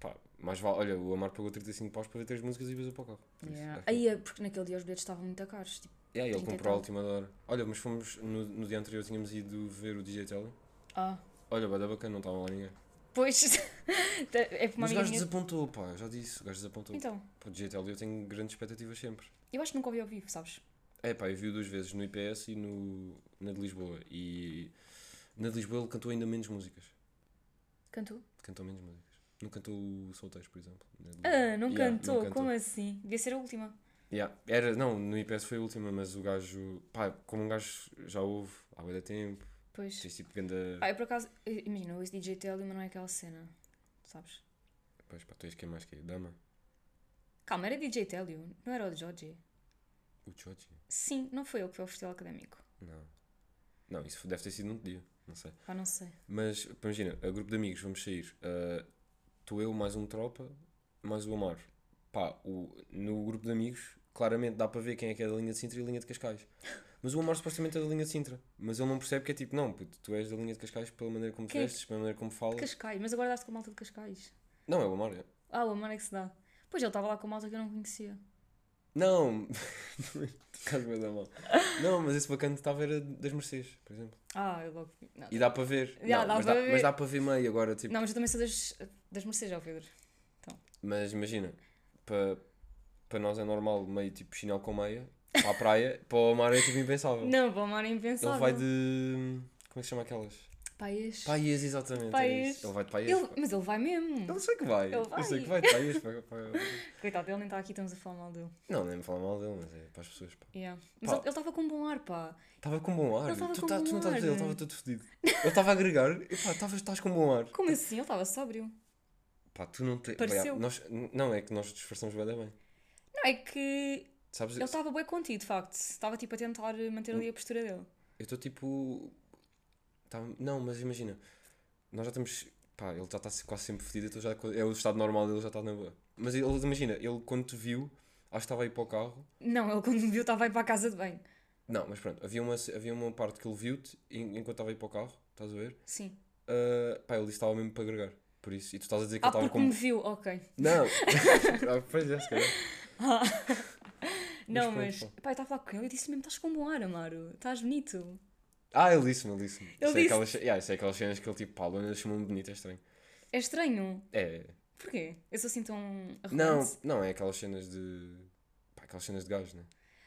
pá, mais vale. Olha, o Amar pagou 35 paus para ver três músicas e visou para o carro. Por isso, Yeah. acho que- Aí, é porque naquele dia os bilhetes estavam muito caros. Tipo, E aí, ele 30 e comprou à tal. última hora. Olha, mas fomos. No, no dia anterior tínhamos ido ver o DJ Telly. ah, Olha, vai dar bacana, não estava lá ninguém. pois. é para uma Mas o amiga gajo minha. desapontou, pá, eu já disse, o gajo desapontou. Então, Pô, DJ Telly eu tenho grandes expectativas sempre. eu acho que nunca ouvi ao vivo, sabes? É pá, eu vi-o duas vezes, no IPS e no, na de Lisboa. E na de Lisboa ele cantou ainda menos músicas. Cantou? Cantou menos músicas. Não cantou o Solteiros, por exemplo. na de Ah, Lisboa. não Yeah, cantou? Como assim? Devia ser a última. Yeah. Era, não, no IPS foi a última, mas o gajo, pá, como um gajo já houve há bué de tempo, Pois. tens tipo ganda. Ah, eu por acaso, eh, imagina, eu ouço DJ Telly, mas não é aquela cena, sabes? Pois pá, tu és quem mais que é? Dama? Calma, era DJ Telly, não era o Jorge? O Chochi? Sim, não foi ele que foi ao festival académico. Não. Não, isso deve ter sido num dia, não sei. Ah, não sei. Mas pá, imagina, a grupo de amigos, vamos sair. Estou eu, mais um tropa, mais o Amar. Pá, o, no grupo de amigos, claramente dá para ver quem é que é da linha de Sintra e da linha de Cascais. Mas o Amar supostamente é da linha de Sintra. Mas ele não percebe que é tipo, não, puto, tu és da linha de Cascais pela maneira como te Quem é que- vestes, pela maneira como De falas. Cascais, mas agora dá-se com a malta de Cascais. Não, é o Amar. é. Ah, o amor é que se dá. Pois ele estava lá com a malta que eu não conhecia. Não! Estás bué da mal. Não, mas esse bacana estava era das Mercedes, por exemplo. Ah, eu logo. vi. Não, E dá para ver. Já, Não, dá mas, para dá, ver. mas dá para ver meio agora, tipo. não, mas eu também sou das, das Mercedes, ó Pedro. Mas imagina, para pa nós é normal meio tipo chinelo com meia, para a praia, para o mar é tipo impensável. Não, para o amor é Ele impensável. vai de. Como é que se chama aquelas? Paias. Paias, exatamente. era Paias. isso. Ele vai de paias. Ele- pá. Mas ele vai mesmo. Eu sei que vai. Ele Eu vai. sei que vai de paias. pá, pá. Coitado, ele nem está aqui, estamos a falar mal dele. Não, nem me fala mal dele, mas é para as pessoas. pá. Yeah. Mas Pá. ele ele estava com um bom ar, pá. Estava com bom ar. Ele tava tu, com tá- tu bom não estás a dizer, ar. é. ele estava todo fedido. Eu estava a agregar, e pá, tavas- estás com bom ar. Como assim? Ele estava sóbrio. Pá, tu não tens. Pareceu. nós, não, é que nós disfarçamos bem, bem. Não, é que Sabes? Ele estava bem contido, de facto. Estava tipo a tentar manter ali a postura dele. Eu estou tipo. tá- não, mas imagina, nós já estamos. Pá, ele já está quase sempre fedido, então já, é o estado normal dele, já está na boa. Mas ele, imagina, ele quando te viu, acho que estava aí para o carro. Não, ele quando me viu estava a ir para a casa de banho. Não, mas pronto, havia uma, ce- havia uma parte que ele viu-te en- enquanto estava aí para o carro, estás a ver? Sim. Ah, pá, ele disse que estava mesmo para agregar, por isso. E tu estás a dizer que Ah, ele um estava porque como. me viu, ok. Não! Ah, pois é, se calhar. Não, pronto, mas. pá. Pá, eu estava a falar com ele e disse mesmo: estás com bom ar, Amaro. Estás bonito. Ah, ele disse-me, ele disse-me. Isso, disse-te. É aquelas, yeah, isso é aquelas cenas que ele tipo, pá, a Luana chamou-me bonita, é estranho. É estranho. É, Porquê? Eu sou assim tão. Não, Arrogante. não, é aquelas cenas de. Pá, aquelas cenas de gajo, né?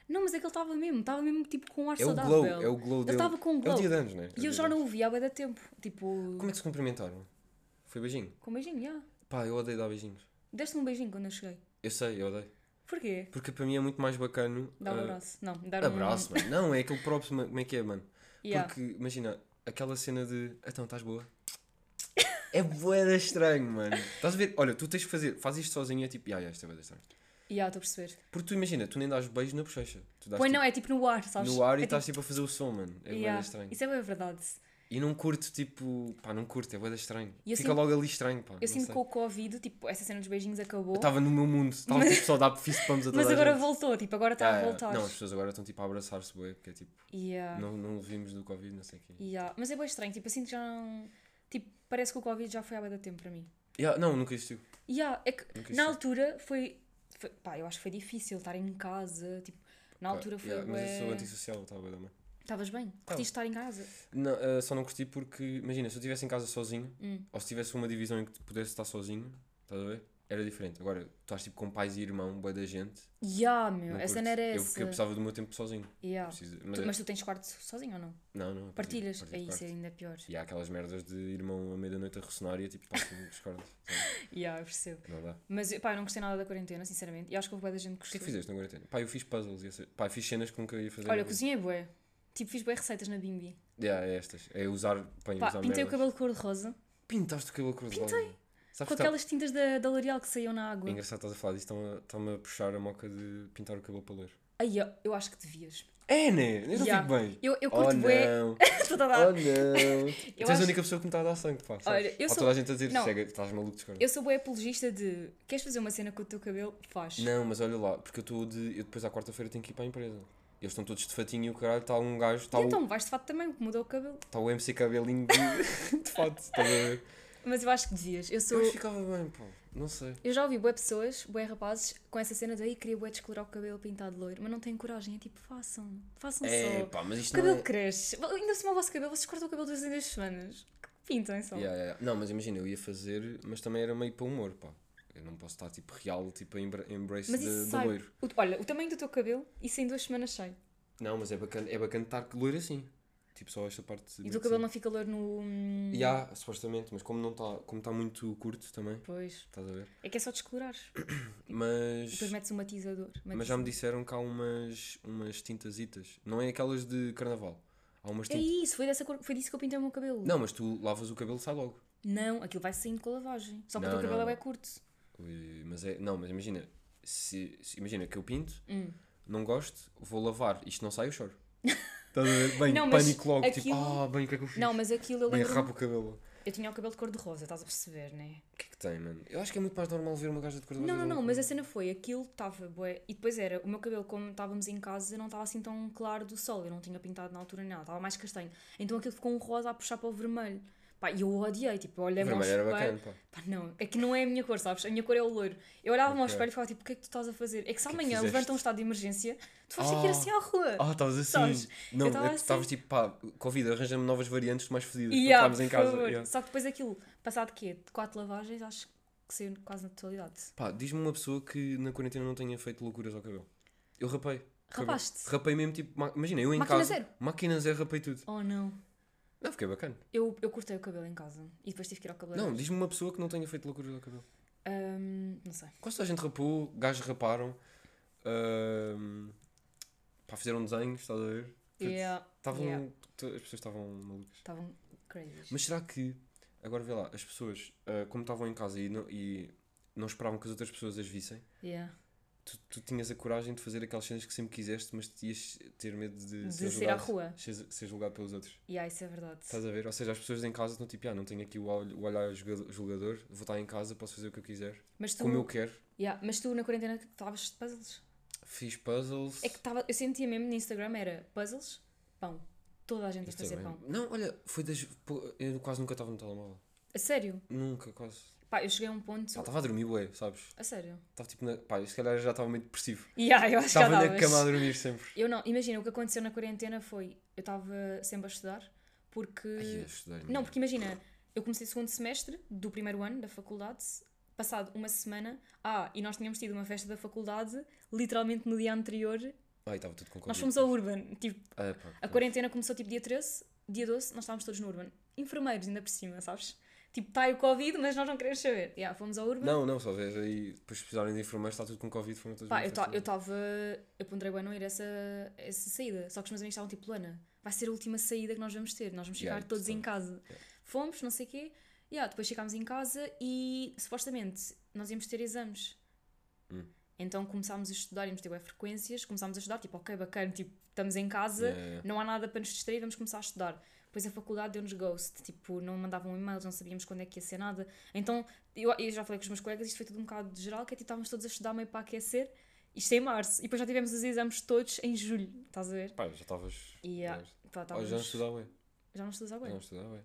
Não, mas é que ele estava mesmo. Estava mesmo tipo com um ar É o saudável. glow, é o glow Ele dele. estava com um É glow. o dia de anos, né? É o e dia eu já de anos. não o vi há bem da tempo. Tipo. Como é que se cumprimentaram? Foi beijinho? Com um beijinho, já. Pá, eu odeio dar beijinhos. Deste-me um beijinho quando eu cheguei. Eu sei, eu odeio. Porquê? Porque para mim é muito mais bacano. Dar um ah, abraço. Não, dar um abraço, mano. Não, é aquele próprio. mano, Como é que é, mano? Yeah. Porque, imagina, aquela cena de. Então, estás boa? É boeda estranho, mano. Estás a ver? Olha, tu tens que fazer. Faz isto sozinho e é tipo. Ya, ya, isto é boeda estranho. Já, estou a perceber. Porque tu imagina, tu nem dás beijo na bochecha. Tu dás Pois tipo, não, é tipo no ar, sabes? no ar e É estás tipo a fazer o som, mano. É Yeah, boeda estranho. Isso é bem verdade. E não curto, tipo, pá, não curto, é boeda estranho. E eu Fica sinto- logo ali estranho, pá. não Eu sinto sei. que com o Covid, tipo, essa cena dos beijinhos acabou. Eu estava no meu mundo, estava Mas- tipo só a dar fist bumps a toda Mas a agora gente. voltou, tipo, agora está Ah, a voltar. Não, as pessoas agora estão tipo a abraçar-se, bué, porque é tipo, Yeah, não, não vimos do Covid, não sei o quê. yeah. Mas é bem estranho, tipo, assim que já não. Tipo, parece que o Covid já foi há bué de tempo para mim. Yeah, ah, não, nunca existiu. Yeah, é que Nunca na existiu. altura foi, foi- Pá, eu acho que foi difícil estar em casa, tipo, na Pá, altura foi. yeah, Mas eu sou bué- antissocial, estava bué da mãe. Estavas bem? Curtiste estar em casa? Não, ah, só não curti porque, imagina, se eu estivesse em casa sozinho, Hum. ou se tivesse uma divisão em que pudesse estar sozinho, estás a ver? Era diferente. Agora, tu estás tipo com pais e irmão, bué da gente. Yeah, meu, não essa curto. não era Eu, essa. porque eu precisava do meu tempo sozinho. Yeah. Preciso- Tu- é- mas tu tens quarto sozinho ou não? Não, não. eu partilho- Partilhas? partilho é isso, quarto. é ainda pior. E há aquelas merdas de irmão à meia-noite a ressonar e é tipo, pá, que discordo. sabe? Yeah, eu percebo. Não dá. Mas, pá, eu não gostei nada da quarentena, sinceramente. E acho que houve bué da gente que O que é que gostou. fizeste na quarentena? Pá, eu fiz puzzles e essa- pá, eu fiz cenas que nunca ia fazer. Olha, na eu cozinhei bué. Tipo, fiz bué receitas na Bimbi. vida. Yeah, é estas. É usar para Pá, usar pintei o merdas. cabelo de cor-de-rosa Pintaste o cabelo cor Pintei. Sabes com que tá- aquelas tintas da, da L'Oreal que saíam na É água. engraçado estás a falar disto, está-me a- está-me a puxar a moca de pintar o cabelo para ler. Aí eu, eu acho que devias. É, né? Eu não Yeah. fico bem. Eu, eu Oh curto bué. não. Toda a dar. Oh não. Tu Eu és a acho- única pessoa que me está a dar sangue, pá. sabes? Olha, eu Ou sou- toda a gente a dizer, Não. "Cega, estás maluco de escura." Eu sou bué apologista de queres fazer uma cena com o teu cabelo? Faz. Não, mas olha lá, porque eu estou de. Eu depois à quarta-feira tenho que ir para a empresa. Eles estão todos de fatinho e o caralho está um gajo, está E o, então vais de fato também, que mudou o cabelo. tá o MC cabelinho de, de fato. Estás a ver? Mas eu acho que devias. Eu Eu sou. acho que ficava bem, pá. Não sei. Eu já ouvi bué pessoas, bué rapazes, com essa cena daí queria bué descolorar o cabelo pintado de loiro, mas não têm coragem, é tipo, façam, façam É, só. pá, mas O isto não cabelo é. cresce. Ainda se mal o vosso cabelo, vocês cortam o cabelo duas em duas semanas. Pintem só. Yeah, yeah, yeah. Não, mas imagina, eu ia fazer, mas também era meio para humor, pá. Eu não posso estar tipo real, tipo a embra- embrace Mas de, isso de sai. loiro. O- olha, o tamanho do teu cabelo, isso em duas semanas sai. Não, mas é bacana, é bacana estar loiro assim. Tipo só esta parte. E o teu cabelo não fica loiro no. hum, Já, yeah, supostamente, mas como não está como tá muito curto também, Pois. estás a ver? É que é só descolorares. E Mas. depois metes um matizador. Mas já me disseram que há umas, umas tintasitas. Não é aquelas de carnaval. Há umas É tintas. isso, foi, dessa cor- foi disso que eu pintei o meu cabelo. Não, mas tu lavas o cabelo e sai logo. Não, aquilo vai saindo com a lavagem. Só que o Não, teu cabelo não, é não. bem curto. Ui, Mas é. Não, mas imagina. Se, se- imagina que eu pinto, Hum. não gosto, vou lavar, isto não sai, eu choro. Estás a ver? Bem, Não, mas pânico logo, tipo, aquilo- ah, bem, o que é que eu fiz? Não, mas aquilo eu bem, lembro. rapa o cabelo. Eu tinha o cabelo de cor de rosa, estás a perceber, né? O que é que tem, mano? Eu acho que é muito mais normal ver uma gaja de cor de Não, não, não, mas é a cena foi, aquilo estava bué. E depois era, o meu cabelo, como estávamos em casa, não estava assim tão claro do sol. Eu não tinha pintado na altura nada, estava mais castanho. Então aquilo ficou um rosa a puxar para o vermelho. Pá, e eu odiei, tipo, eu olhei Vermelho era espelho. bacana, pá. Pá, não, é que não é a minha cor, sabes? A minha cor é o loiro. Eu olhava-me ao Ok. espelho e ficava tipo, o que é que tu estás a fazer? É que se é que amanhã fizeste? levanta um estado de emergência, tu vais ter que ir Ah. assim à rua. Ah, estavas assim. Sabes? Não, Eu é tava que tu assim. estavas tipo, pá, Covid, arranja-me novas variantes mais fodidas. E para há, estarmos por em casa. favor. yeah. Só que depois aquilo, passado quê? De quatro lavagens, acho que saiu quase na totalidade. Pá, diz-me uma pessoa que na quarentena não tenha feito loucuras ao cabelo. Eu rapei. o cabelo. Rapaste? Rapei mesmo, tipo, ma- imagina, eu em Máquina casa. zero. Máquina zero, rapei tudo. Oh não. Não, fiquei bacana. Eu, eu cortei o cabelo em casa e depois tive que ir ao cabeleireiro. Não, diz-me uma pessoa que não tenha feito loucuras ao cabelo. Ahm, não sei. Quase toda a gente rapou, gajos raparam. ahm, pá, fizeram desenhos, estás a ver? Puto, Yeah, Estavam. yeah. to- As pessoas estavam malucas. Estavam crazy. Mas será que. Agora vê lá, as pessoas, ah, como estavam em casa e não, e não esperavam que as outras pessoas as vissem, Yeah. tu, tu tinhas a coragem de fazer aquelas cenas que sempre quiseste, mas ias ter medo de, De ser sair à julgado, rua. ser, ser julgado pelos outros. Yeah, isso é verdade. Estás a ver? Ou seja, as pessoas em casa estão tipo, ah, não tenho aqui o olho, o olhar julgado- julgador, vou estar em casa, posso fazer o que eu quiser, Mas tu, como eu quero. yeah, mas tu na quarentena estavas de puzzles. Fiz puzzles. É que tava, eu sentia mesmo no Instagram era puzzles, pão. Toda a gente a Isto é fazer bem- pão. Não, olha, foi das. pô, Eu quase nunca estava no telemóvel. A sério? Nunca, quase. Pá, eu cheguei a um ponto. Pá, estava a dormir, ué, sabes? A sério? Estava tipo na. Pá, eu se calhar já estava meio depressivo. Yeah, eu acho que já Estava na davas. cama a dormir sempre. Eu não, imagina, o que aconteceu na quarentena foi, eu estava sempre a estudar, porque... Ai, a estudar. Não, porque imagina, eu comecei o segundo semestre do primeiro ano da faculdade, passado uma semana, ah, e nós tínhamos tido uma festa da faculdade, literalmente no dia anterior, Ai, estava tudo com Covid. nós fomos ao Urban, tipo, Ah, pá, a quarentena começou tipo dia 13, dia 12, nós estávamos todos no Urban, enfermeiros ainda por cima, sabes? Tipo, está aí o Covid, mas nós não queremos saber. Yeah, fomos ao Urban. Não, não, só vês aí. Depois precisarem de informar, está tudo com Covid. Foram todos Pá, bem eu ta- eu testados. estava. Eu ponderei bem não ir a essa, a essa saída. Só que os meus amigos estavam tipo, Luana, vai ser a última saída que nós vamos ter. Nós vamos ficar Yeah, todos em total. casa. Fomos, não sei o quê. Yeah, depois ficámos em casa e supostamente nós íamos ter exames. Hum. Então começámos a estudar, íamos ter bué frequências, começámos a estudar, tipo, ok, bacana, tipo, estamos em casa, Yeah, yeah. não há nada para nos distrair, vamos começar a estudar. Depois a faculdade deu-nos ghost, tipo, não mandavam e-mails, não sabíamos quando é que ia ser nada. Então, eu, eu já falei com os meus colegas, isto foi tudo um bocado de geral, que é tipo, estávamos todos a estudar meio para aquecer, isto é em março, e depois já tivemos os exames todos em julho, estás a ver? Pá, já estavas. E ah, já- pá, Oh, estávamos, já não estudava, ué. já não estudas Já agora. não estudava, ué.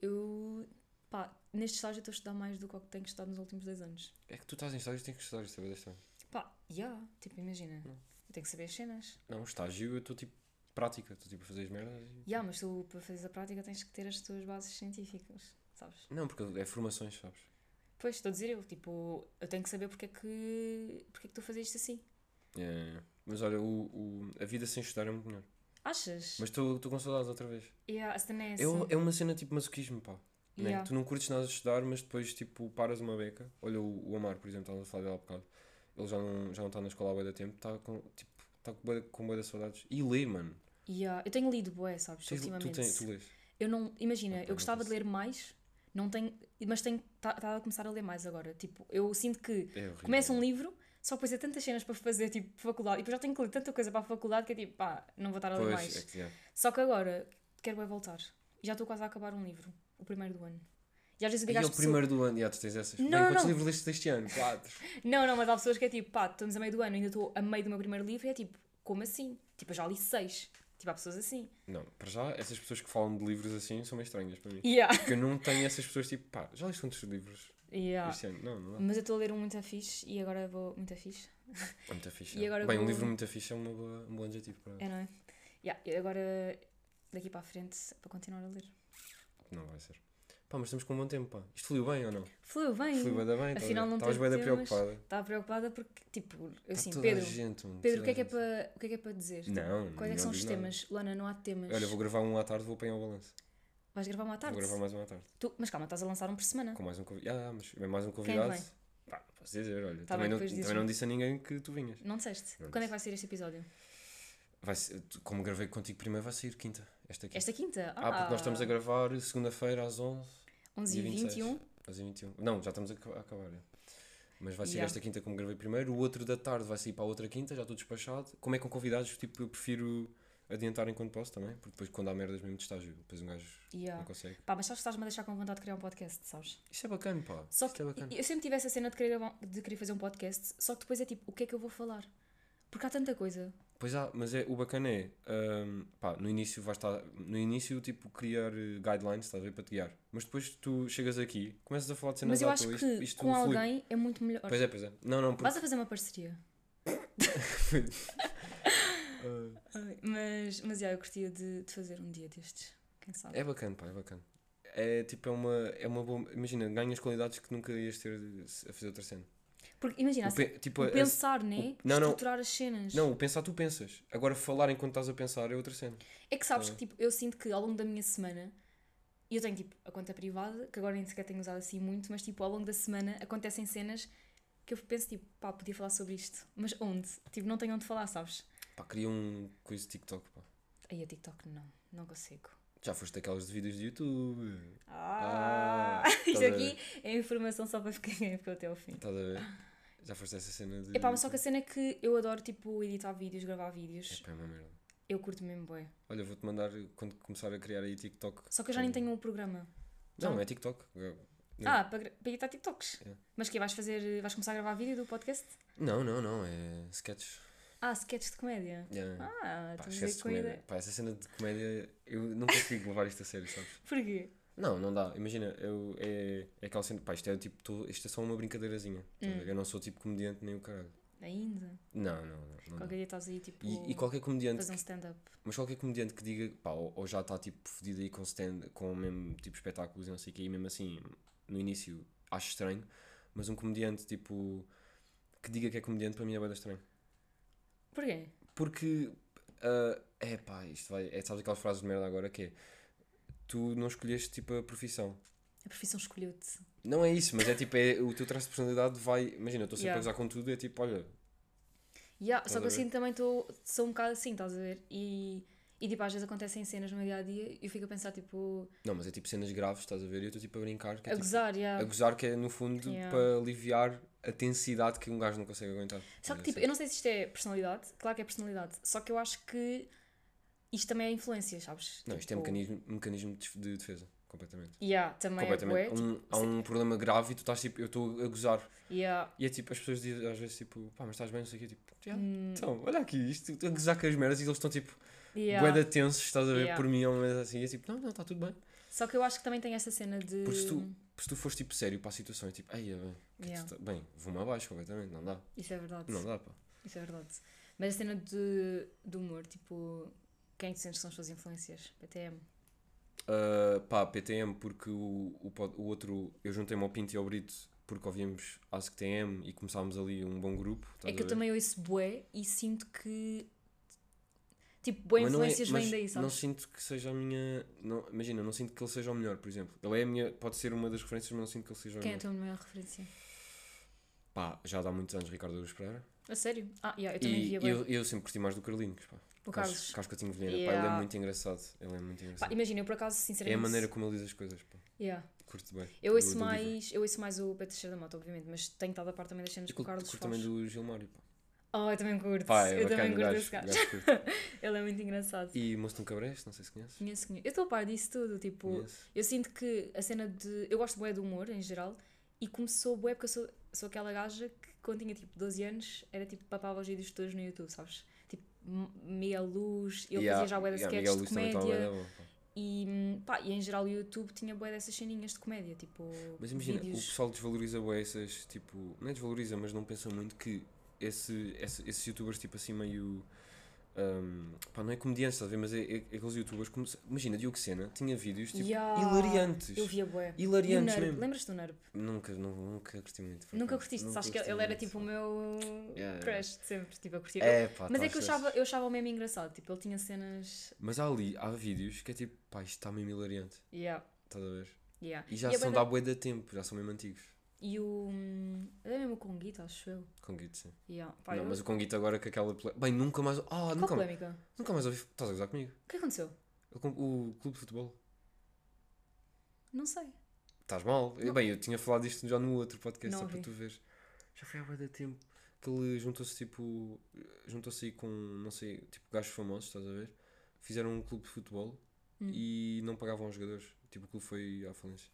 Eu, pá, neste estágio eu estou a estudar mais do que o que tenho estudado nos últimos dois anos. É que tu estás em estágios, tens que estudar isto, saber desta. Pá, já, tipo, imagina, Hum. eu tenho que saber as cenas. Não, estágio, eu estou tipo. Prática, estou tipo a fazer as merdas. e- Já, mas tu, para fazeres a prática, tens que ter as tuas bases científicas, sabes? Não, porque é formações, sabes? Pois, estou a dizer eu, tipo, eu tenho que saber porque é que, porque é que tu fazes isto assim. É, é, é. Mas olha, o, o- a vida sem estudar é muito melhor. Achas? Mas estou estou com saudades outra vez. Yeah, a cena é É, um- essa. é uma cena tipo masoquismo, pá. Né? Yeah. Tu não curtes nada de estudar, mas depois tipo paras uma beca. Olha, o, o Amar, por exemplo, estava a falar dele há bocado. Ele já não já não está na escola há bué da tempo, está com tipo. Está com boa, com bué de saudades. E lê, mano. Yeah, Eu tenho lido bué, sabes, Tu, tu, ultimamente. tens, tu lês. Eu não, imagina, Ok, eu gostava de nota-se. ler mais, tá, não tenho, mas tenho, estava a começar a ler mais agora. Tipo, eu sinto que É horrível. começo um livro, Só depois é tantas cenas para fazer, tipo, faculdade. E depois já tenho que ler tanta coisa para a faculdade que é tipo, pá, não vou estar a ler Pois, mais. é que yeah. Só que agora quero é voltar. E já estou quase a acabar um livro, o primeiro do ano. E às vezes eu E digo é às o pessoas. primeiro do ano, já tu tens essas. Não, Bem, não, quantos não. livros leste deste ano? Quatro. Não, não, mas há pessoas que é tipo, pá, estamos a meio do ano, ainda estou a meio do meu primeiro livro e é tipo, como assim? Tipo, eu já li seis. Tipo, há pessoas assim. Não, para já, essas pessoas que falam de livros assim são meio estranhas para mim. Yeah. Porque eu não tenho essas pessoas tipo, pá, já leste quantos livros Yeah. este ano? Não, não dá. Mas eu estou a ler um muito fixe e agora vou. Muito fixe. É muita ficha. E agora Bem, um vou- livro muito fixe é uma boa, um bom adjetivo para. É, não é? Yeah. E agora, daqui para a frente, é para continuar a ler. Não vai ser. Pá, mas estamos com um bom tempo, pá. Isto fluiu bem ou não? Fluiu bem. Fluiu bem, bem. Afinal, não Estavas teve bem da temas. preocupada. Estava preocupada porque, tipo, eu Está assim, Tá toda a Pedro, gente, mano, Pedro, o toda que é que a é para, o que é que é para dizer? gente. Não, Quais é que não são os digo nada. temas? Luana, não há temas. Olha, vou gravar um à tarde, vou apanhar o balanço. Vais gravar uma à tarde? Vou gravar mais um à tarde. Tu- Mas calma, estás a lançar um por semana. Com mais um convidado. Ah, mas vem mais um convidado. é vem? Pá, não posso dizer, olha. Tá também, bem, não, depois também dizes-me. não disse a ninguém que tu vinhas. Não disseste? Não Quando é disse. que vai sair este episódio? Vai ser- tu- como gravei contigo primeiro, vai sair quinta. Esta quinta. Esta quinta? Ah, porque nós estamos a gravar segunda-feira às 11 11 e dia 26. 21. às 21. Não, já estamos a ac- a acabar. é. Mas vai sair Yeah. esta quinta como gravei primeiro. O outro da tarde vai sair para a outra quinta, já estou despachado. Como é com convidados, tipo, eu prefiro adiantar enquanto posso também. Porque depois quando há merdas mesmo de estágio, depois um gajo Yeah. não consegue. Pá, mas sabes que estás-me a deixar com vontade de criar um podcast, sabes? Isto é bacana, pá. Só Isto que é bacana. eu sempre tive essa cena de querer, gravar- de querer fazer um podcast, só que depois é tipo, o que é que eu vou falar? Porque há tanta coisa. Pois há, mas é, o bacana é, hum, pá, no início vais estar, no início, tipo, criar eh, guidelines, estás a ver, para te guiar. Mas depois tu chegas aqui, começas a falar de cenas mas eu à acho toa, que isto- isto com flui. alguém é muito melhor. Pois é, pois é. Não, não, porque... Vais a fazer uma parceria. eh, Ai, Mas, mas já, eu curtia de, de fazer um dia destes. Quem sabe? é bacana, pá, é bacana. É tipo, é uma, é uma boa, imagina, ganhas qualidades que nunca ias ter se- a fazer outra cena. Porque imagina, O assim, pe- tipo, o a- a- pensar, né? não, não. Estruturar as cenas. não, o pensar tu pensas. Agora falar enquanto estás a pensar é outra cena. É que sabes Ah. que tipo, eu sinto que ao longo da minha semana, e eu tenho tipo a conta privada, que agora nem sequer tenho usado assim muito, mas tipo ao longo da semana acontecem cenas que eu penso tipo, pá, podia falar sobre isto, mas onde? Tipo, não tenho onde falar, sabes? Pá, queria um coisa de TikTok, pá. Aí a TikTok não, não consigo. Já foste daquelas de vídeos de YouTube. Ah, Ah, isto estás a aqui é informação só para ficar quem ficou até ao fim. Estás a ver? Já foste essa cena de. É pá, mas só que a cena é que eu adoro tipo editar vídeos, gravar vídeos, Epá, é uma merda. eu curto mesmo bem. Olha, vou-te mandar quando começar a criar aí TikTok. Só que eu já nem tenho o programa. Não, é TikTok. Eu- Não. Ah, para, gra- para editar TikToks. É. Mas que vais fazer, vais começar a gravar vídeo do podcast? Não, não, não, é sketch. Ah, sketches de comédia. Yeah. Ah, Pá, estamos a esquece ver de com a comédia. ideia. Pá, essa cena de comédia, eu não consigo levar isto a sério, sabes? Porquê? Não, não dá. Imagina, eu, é, é aquela cena. Pá, isto é tipo. tô- isto é só uma brincadeirazinha. estás Hum. a ver? Eu não sou tipo comediante nem o caralho. Ainda. Não, não, não. não dá. Qualquer dia estás aí, tipo, E, é e qualquer comediante fazer um stand-up. Mas qualquer comediante que diga, pá, ou, ou já está tipo fodido aí com stand, com mesmo tipo espetáculos e não sei o quê, e mesmo assim, no início acho estranho, mas um comediante tipo que diga que é comediante para mim é bem estranho. Porquê? Porque ah, é pá, isto vai, é, sabes aquelas frases de merda agora que é tu não escolheste tipo a profissão. A profissão escolheu-te. Não é isso, mas é tipo, é, o teu traço de personalidade vai. Imagina, eu estou sempre Yeah. a gozar com tudo, é tipo, olha, Yeah, só Estás que eu a ver? sinto também estou sou um bocado assim, estás a ver? E, e tipo, às vezes acontecem cenas no meu dia a dia e eu fico a pensar, tipo, não, mas é tipo cenas graves, estás a ver? E eu estou tipo a brincar, que é a tipo, gozar, yeah. A gozar que é, no fundo, Yeah. para aliviar a tensidade que um gajo não consegue aguentar. Só que É tipo, assim. eu não sei se isto é personalidade, claro que é personalidade, só que eu acho que isto também é influência, sabes? Não, isto é um Tipo, mecanismo, um mecanismo de def- de defesa, completamente. Yeah, também é completamente. bué, Há um, há um problema grave e tu estás tipo, eu estou a gozar. tipo, yeah. E é tipo, as pessoas dizem às vezes tipo, pá, mas estás bem, não sei o quê. Tipo, "Yeah, Hum, então, olha aqui, isto, estou a gozar com as merdas e eles estão tipo, yeah. yeah. boeda tensos, estás a ver, Yeah. por mim é uma merda assim. E é tipo, não, não, está tudo bem. Só que eu acho que também tem essa cena de. Porque se tu, se tu fores tipo sério para a situação, é tipo, ai, é bem, que tu Yeah, tá- bem, vou-me abaixo completamente, não dá, Isso é verdade. não dá, pá. Isso é verdade. Mas a cena de, do humor, tipo, quem é que sentes que são as tuas influências? PTM. Uh, pá, PTM, porque o, o, pod- o outro, eu juntei-me ao Pinto e ao Brito porque ouvimos ASCTM e começámos ali um bom grupo. É estás que a eu ver? também ouço bué e sinto que. Tipo, bué Mas não é- influências vêm mas daí, Não sabes? sinto que seja a minha. Não, imagina, não sinto que ele seja o melhor, por exemplo. Ele é a minha. Pode ser uma das referências, mas não sinto que ele seja o Quem é a melhor. tua maior referência? Pá, já dá muitos anos Ricardo Luz Pereira. A sério? Ah, yeah, eu também E via eu, bué. eu sempre curti mais do Carlinhos, pá. O Carlos. Carlos Coutinho Vilhena. Pá, ele é Yeah. muito engraçado. Ele é muito Pá, engraçado. imagina, eu por acaso, é a sinceramente. maneira como ele diz as coisas. Pá. Yeah. Curto bem. Eu Do- ouço, do livro. mais, eu ouço mais o Pedro Teixeira da Mota, obviamente, mas tenho estado a par também das cenas Eu que o curto, Carlos curto faz. também do Gilmário. Pá. Oh, eu também curto. Pá, é eu também bacana, curto gajo, esse gajo. gajo curto. Ele é muito engraçado. E Moston Cabresto, não sei se conheces. Conheço, conheço. Eu estou a par disso tudo, tipo, Conheço. eu sinto que a cena de. Eu gosto bué do humor em geral e começou bué porque eu sou, sou aquela gaja que quando tinha tipo 12 anos era tipo papava os vídeos todos no YouTube, sabes? Tipo, M- meia luz, eu Yeah, fazia já bué de yeah, sketches Miguel de Luís também tá bué comédia da bom, pá. e, hum, pá, e em geral o YouTube tinha bué dessas ceninhas de comédia, tipo. Mas imagina, o vídeos... pessoal desvaloriza bué essas, tipo, não é desvaloriza, mas não pensa muito que esse, esse- esses youtubers, tipo assim, meio. ahm, pá, não é comediantes, estás a ver? Mas é, é- é aqueles youtubers. Como, se- imagina, Diogo Sena tinha vídeos tipo Yeah, hilariantes. Eu via bué. E o Hilariantes Nerp, mesmo. lembras-te do Nerp? Nunca, nu- nunca curti muito. por Nunca acaso. curtiste, sabes que curti ele era muito, tipo o pá. meu Yeah, yeah. crush de sempre, tipo, eu curtia. É, pá, Mas é tá que eu certo. achava, eu achava o meme engraçado, tipo, ele tinha cenas. Mas há ali, há vídeos que é tipo, pá, isto está mesmo hilariante. Yeah, Estás a ver? yeah. E já a são da banda- bué da tempo, já são mesmo antigos. E o. hum, É mesmo o Conguito, acho eu. Com Guito, sim. Yeah. Pá, Não, eu- mas o Conguito agora com aquela. pole- Bem, nunca mais. Ah, Qual nunca mais. polémica? Nunca mais ouvi. Estás a gozar comigo? O que aconteceu? Eu comp- O clube de futebol. Não sei. Estás mal? Eu- Não. Bem, eu tinha falado isto já no outro podcast, Não só para ouvi. tu veres. Já foi há bué de tempo. Que ele juntou-se tipo. Juntou-se aí com, não sei, tipo gajos famosos, estás a ver? Fizeram um clube de futebol Hum. e não pagavam aos jogadores. Tipo, o clube foi à falência.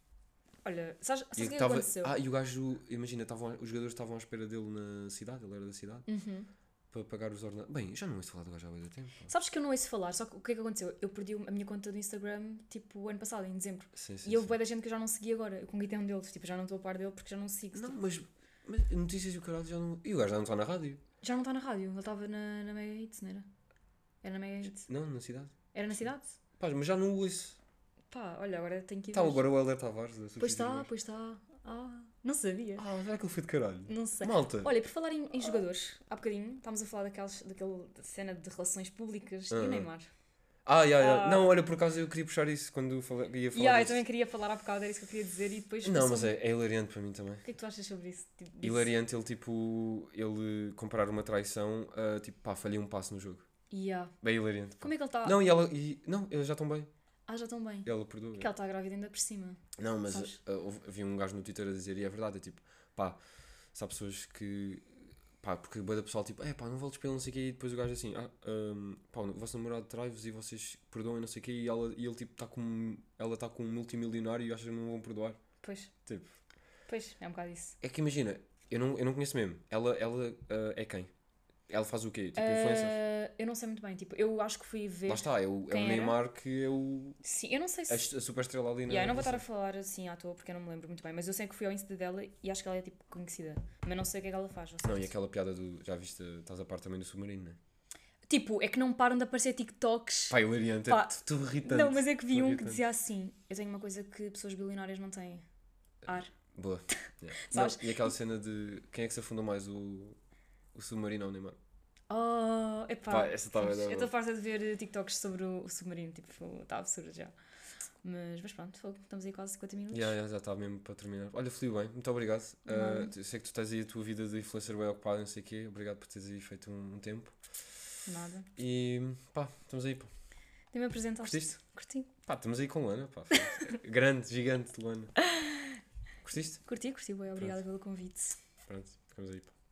Olha, sabes, sabes E o que é que tava- aconteceu? Ah, e o gajo, imagina, tavam, os jogadores estavam à espera dele na cidade, ele era da cidade, Uhum. para pagar os ordenados. Bem, eu já não ouço falar do gajo há bué de tempo. pá. Sabes que eu não ouço falar, só que o que é que aconteceu? Eu perdi a minha conta do Instagram, tipo, o ano passado, em dezembro. Sim, sim, E houve sim. bué da gente que eu já não segui agora. O Conguito é um deles, tipo, já não estou a par dele porque já não sigo. Não, tipo, mas, mas notícias e o caralho já não. é E o gajo já não está na rádio. já não está na rádio, ele estava na, na Mega Hits, não era? Era na Mega Hits. Não, na cidade. Era na cidade? Pá, mas já não ouço. Pá, olha, agora tenho que ir. Está ver. Tá, agora o Helder Tavares. a Pois tá, substituir o está, gajo. pois está. Ah, não sabia. Ah, será que ele foi de caralho? Não sei. Malta. Olha, por falar em, em jogadores, há bocadinho estávamos a falar daquelas, daquela cena de relações públicas e Ah, o ah. Neymar. Ah, yeah, yeah. Ah. Não, olha, por acaso eu queria puxar isso quando falei, ia falar. E ah, eu disso. também queria falar há bocado, era isso que eu queria dizer e depois. Não, passou-me. mas é, é hilariante para mim também. O que é que tu achas sobre isso? Tipo, disso? Hilariante ele, tipo, ele comparar uma traição a, tipo, pá, falhei um passo no jogo. E, ah, Bem hilariante. pá. Como é que ele está? Não, e ela, e, não, eles já estão bem. Ah, já estão bem. Ela perdoa. é. Porque ela está grávida ainda por cima. Não, mas Sabes? ah, houve- havia um gajo no Twitter a dizer, e é verdade, é tipo, pá, se há pessoas que. Pá, porque boa da pessoal, tipo, é pá, não voltes para ele, não sei o quê, e depois o gajo assim, ah, ahm, pá, o vosso namorado trai-vos e vocês perdoem, não sei o quê, e, ela, e ele, tipo, está com. Ela está com um multimilionário e achas que não vão perdoar. Pois. Tipo. Pois, é um bocado isso. É que imagina, eu não, eu não conheço mesmo, ela, ela ah, é quem? Ela faz o quê? Tipo, influencer? Ah, eu não sei muito bem, tipo, eu acho que fui ver. Lá está, é o, é Quem o era? Neymar que é o. Sim, eu não sei A, se. est- a super estrela ali na. Yeah, eu não vou estar a relação. falar assim à toa porque eu não me lembro muito bem, mas eu sei que fui ao Insta dela e acho que ela é tipo conhecida, mas não sei o que é que ela faz. Não, e aquela piada do. Já viste, estás a par também do submarino, né? Tipo, é que não param de aparecer TikToks. Pá, hilariante, Pá. é tu- tu irritante. não, mas é que vi um que irritante. dizia assim: Eu tenho uma coisa que pessoas bilionárias não têm. Ar. Boa. Yeah. Sabes? Não, e aquela cena de quem é que se afundou mais o, o submarino ou o Neymar? Oh, epá. Pá, essa tá bem, Pois, tá Eu bem. estou farta de ver eh, TikToks sobre o, o submarino, tipo, está absurdo já. Mas, mas pronto, fogo, estamos aí quase 50 minutos. Yeah, yeah, já está mesmo para terminar. Olha, fluiu bem, muito obrigado. De nada. Ah, tu- sei que tu tens aí a tua vida de influencer bem ocupada, não sei o quê. Obrigado por teres aí feito um, um tempo. Nada. E pá, estamos aí. Pá. Tem me apresentaste. Curtiste? Curti, Pá, estamos aí com Luana. Pá. Grande, gigante Luana. Curtiste? curti, curti, bué, obrigada pelo convite. Pronto, ficamos aí. Pá.